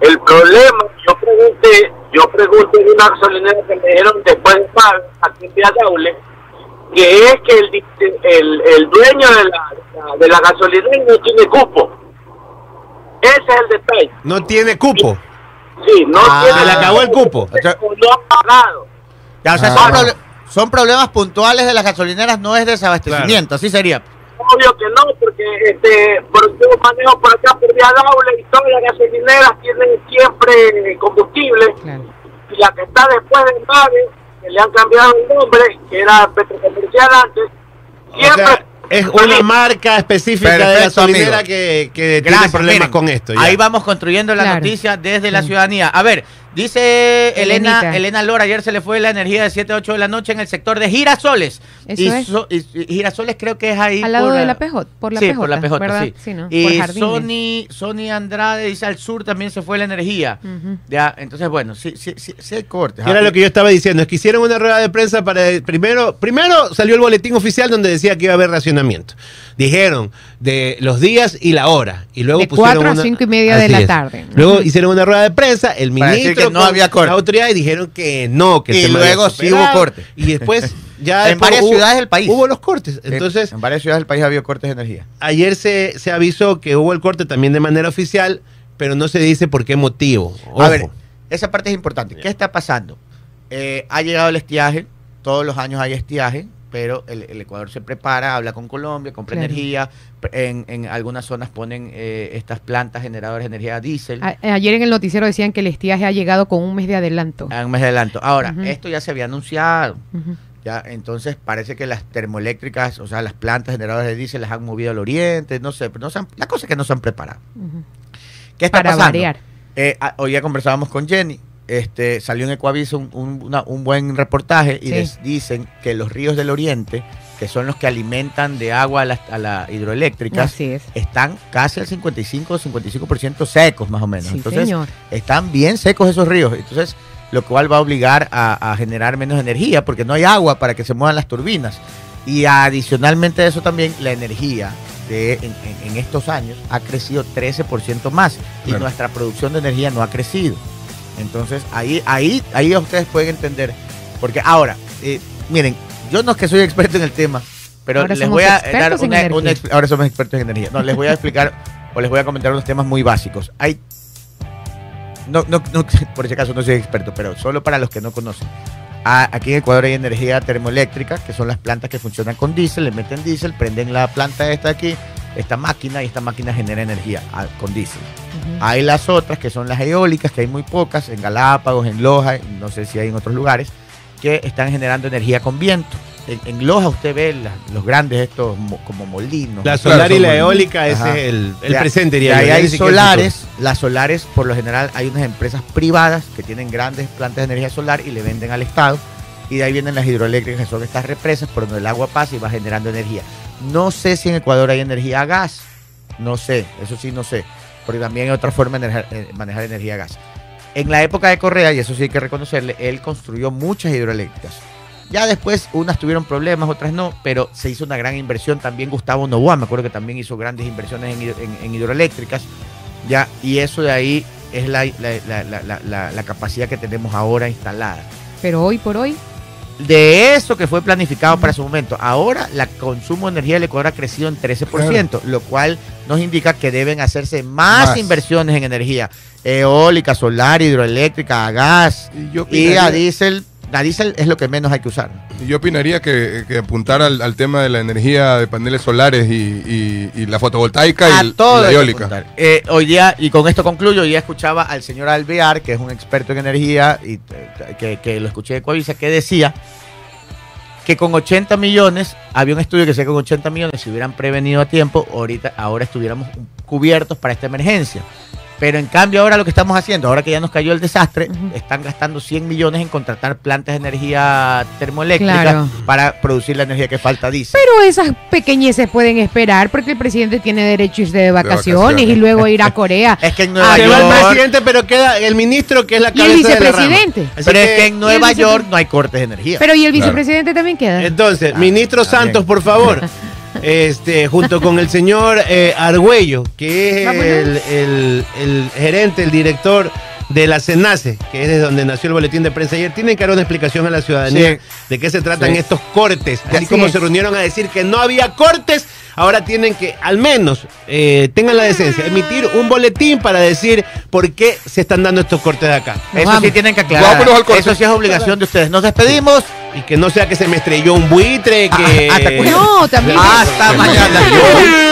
El problema, yo pregunté, yo pregunté en una gasolinera que me dijeron después de pago, aquí en Vía Daule, que es que el, dice- el, el dueño de la, de la gasolinera no tiene cupo. Ese es el detalle.
No tiene cupo.
Sí, no
Ah,
tiene
Se le acabó el cupo.
No ha pagado.
Ya, o sea,
Ah.
son, proble- son problemas puntuales de las gasolineras, no es desabastecimiento, así sería.
Obvio que no, porque este, por, yo manejo por acá por vía doble y todas las gasolineras tienen siempre combustible.
Claro.
Y la que está después de Mave, que le han cambiado el nombre, que era Petrocomercial antes,
O
siempre.
sea, es una marca específica de
Perfecto,
gasolinera
amigo.
que, que tiene
Gracias,
problemas
miren,
con esto. ya.
Ahí vamos construyendo la
Claro.
noticia desde la
Sí.
ciudadanía. A ver, dice Elena,
Elenita.
Elena Lora, ayer se le fue la energía de 7 a 8 de la noche en el sector de Girasoles.
Eso
y,
es.
so- y- y Girasoles creo que es ahí.
Al lado
por,
de la PJ, por la
sí,
PJ,
por la PJ,
¿verdad?
sí.
¿no? Por
Y
jardines.
Sony, Sony Andrade dice al sur también se fue la energía.
Ujú.
Ya, entonces bueno, sí, sí, sí, sí hay cortes.
Que era
Ah,
lo que yo estaba diciendo, es que hicieron una rueda de prensa para primero, primero salió el boletín oficial donde decía que iba a haber racionamiento. Dijeron de los días y la hora y luego
De
pusieron
cuatro a
una-
cinco y media de
Así
la
es.
tarde.
Luego hicieron una rueda de prensa, el
Para decir
ministro
que no
con
había corte.
la autoridad y dijeron que no, que el
Y
tema había
luego sí hubo
superado,
corte.
Y después ya
En
después
varias ciudades del país.
hubo los cortes. Entonces,
en varias ciudades del país había cortes de energía.
ayer se, se avisó que hubo el corte también de manera oficial, pero no se dice por qué motivo.
A
Ojo.
ver, esa parte es importante. ¿Qué está pasando? Eh, ha llegado el estiaje, todos los años hay estiaje, pero el, el Ecuador se prepara, habla con Colombia, compra
Claro.
energía, pr- en, en algunas zonas ponen eh, estas plantas generadoras de energía diésel.
A- eh, ayer en el noticiero decían que el estiaje ha llegado con un mes de adelanto.
Ah, un mes de adelanto. Ahora,
Ujú.
esto ya se había anunciado,
Ujú.
ya entonces parece que las termoeléctricas, o sea, las plantas generadoras de diésel las han movido al oriente, no sé, pero no se han- la cosa es que no se han preparado.
Ujú.
¿Qué está
Para
pasando?
variar.
Eh, a- hoy ya conversábamos con Jenny. Este, salió en Ecoaviso un, un- una- un buen reportaje y
Sí.
les dicen que los ríos del oriente, que son los que alimentan de agua a las a las hidroeléctricas,
Así es.
están casi al 55 o 55% secos más o menos.
Sí,
Entonces,
señor.
están bien secos esos ríos. Entonces, lo cual va a obligar a, a generar menos energía porque no hay agua para que se muevan las turbinas. Y adicionalmente a eso también, la energía de, en, en- en estos años ha crecido 13% más y
Claro.
nuestra producción de energía no ha crecido. Entonces, ahí, ahí, ahí ustedes pueden entender. Porque ahora, eh, miren, yo no es que soy experto en el tema, pero
Ahora
les
somos
voy a
expertos
dar
en
una,
energía.
una expli- Ahora somos expertos en energía. No, les voy a explicar o les voy a comentar unos temas muy básicos. Hay. No, no, no, por si acaso no soy experto, pero solo para los que no conocen. A- aquí en Ecuador hay energía termoeléctrica, que son las plantas que funcionan con diésel, le meten diésel, prenden la planta esta aquí, esta máquina, y esta máquina genera energía ah, con diésel.
Ujú.
Hay las otras que son las eólicas, que hay muy pocas, en Galápagos, en Loja, en- no sé si hay en otros lugares, que están generando energía con viento. En, en Loja usted ve las- los grandes estos mo- como molinos.
La
¿no?
solar
Claro,
y
son
la
muy-
eólica,
Ajá.
ese es el, el
O sea,
presente,
que
diría yo,
ahí
ya ni
hay
siquiera el
solares, las solares por lo general hay unas empresas privadas que tienen grandes plantas de energía solar y le venden al Estado. Y de ahí vienen las hidroeléctricas, que son estas represas por donde el agua pasa y va generando energía. No sé si en Ecuador hay energía a gas. No sé, eso sí no sé. Porque también hay otra forma de enerja- eh, manejar energía a gas. En la época de Correa, y eso sí hay que reconocerle, él construyó muchas hidroeléctricas. Ya después unas tuvieron problemas, otras no, pero se hizo una gran inversión. También Gustavo Novoa, me acuerdo que también hizo grandes inversiones en, hidro- en- en hidroeléctricas. Ya, y eso de ahí es la, la- la- la- la- la- la capacidad que tenemos ahora instalada.
Pero hoy por hoy,
De eso que fue planificado para su momento. Ahora la consumo de energía del Ecuador ha crecido en 13%, lo cual nos indica que deben hacerse más,
Más.
inversiones en energía eólica, solar, hidroeléctrica, a gas
Y yo
y a
opinaría-
diésel La diésel es lo que menos hay que usar.
Yo opinaría que, que apuntar al, al tema de la energía de paneles solares y, y- y la fotovoltaica y,
a
l- y
todo
la
hay que
eólica.
apuntar. Eh, hoy día, y con esto concluyo, hoy día escuchaba al señor Alvear, que es un experto en energía, y eh, que, que lo escuché de Coavisa, que decía que con 80 millones, había un estudio que decía que con 80 millones, si hubieran prevenido a tiempo, ahorita, ahora estuviéramos cubiertos para esta emergencia. Pero en cambio ahora lo que estamos haciendo, ahora que ya nos cayó el desastre,
Ujú.
están gastando 100 millones en contratar plantas de energía termoeléctrica
Claro.
para producir la energía que falta, dice.
Pero esas pequeñeces pueden esperar porque el presidente tiene derecho a irse de vacaciones, y
vacaciones.
luego ir a Corea.
es que en
Ah,
Nueva
Se va el
York...
presidente, pero queda el ministro que es la
Y el
cabeza de la rama.
vicepresidente.
Así
Pero es que en Nueva
él dice
York
que-
no hay cortes de energía.
Pero y el vicepresidente también queda.
Entonces, ministro
Ah, está bien.
Santos, por favor, este, junto con el señor eh, Argüello, que es
Vamos,
el, el- el gerente, el director de la CENACE, que es de donde nació el boletín de prensa ayer, tienen que dar una explicación a la ciudadanía
Sí.
de qué se tratan
Sí.
estos cortes. Así,
Así
como
es.
se reunieron a decir que no había cortes, ahora tienen que, al menos, eh, tengan la decencia, emitir un boletín para decir por qué se están dando estos cortes de acá.
Eso
Vamos.
sí tienen que aclarar.
Vámonos al corte.
Eso sí es obligación de ustedes. Nos despedimos.
Y que no sea que se me estrelló un buitre, que...
Ah, hasta-
No, también.
Hasta mañana.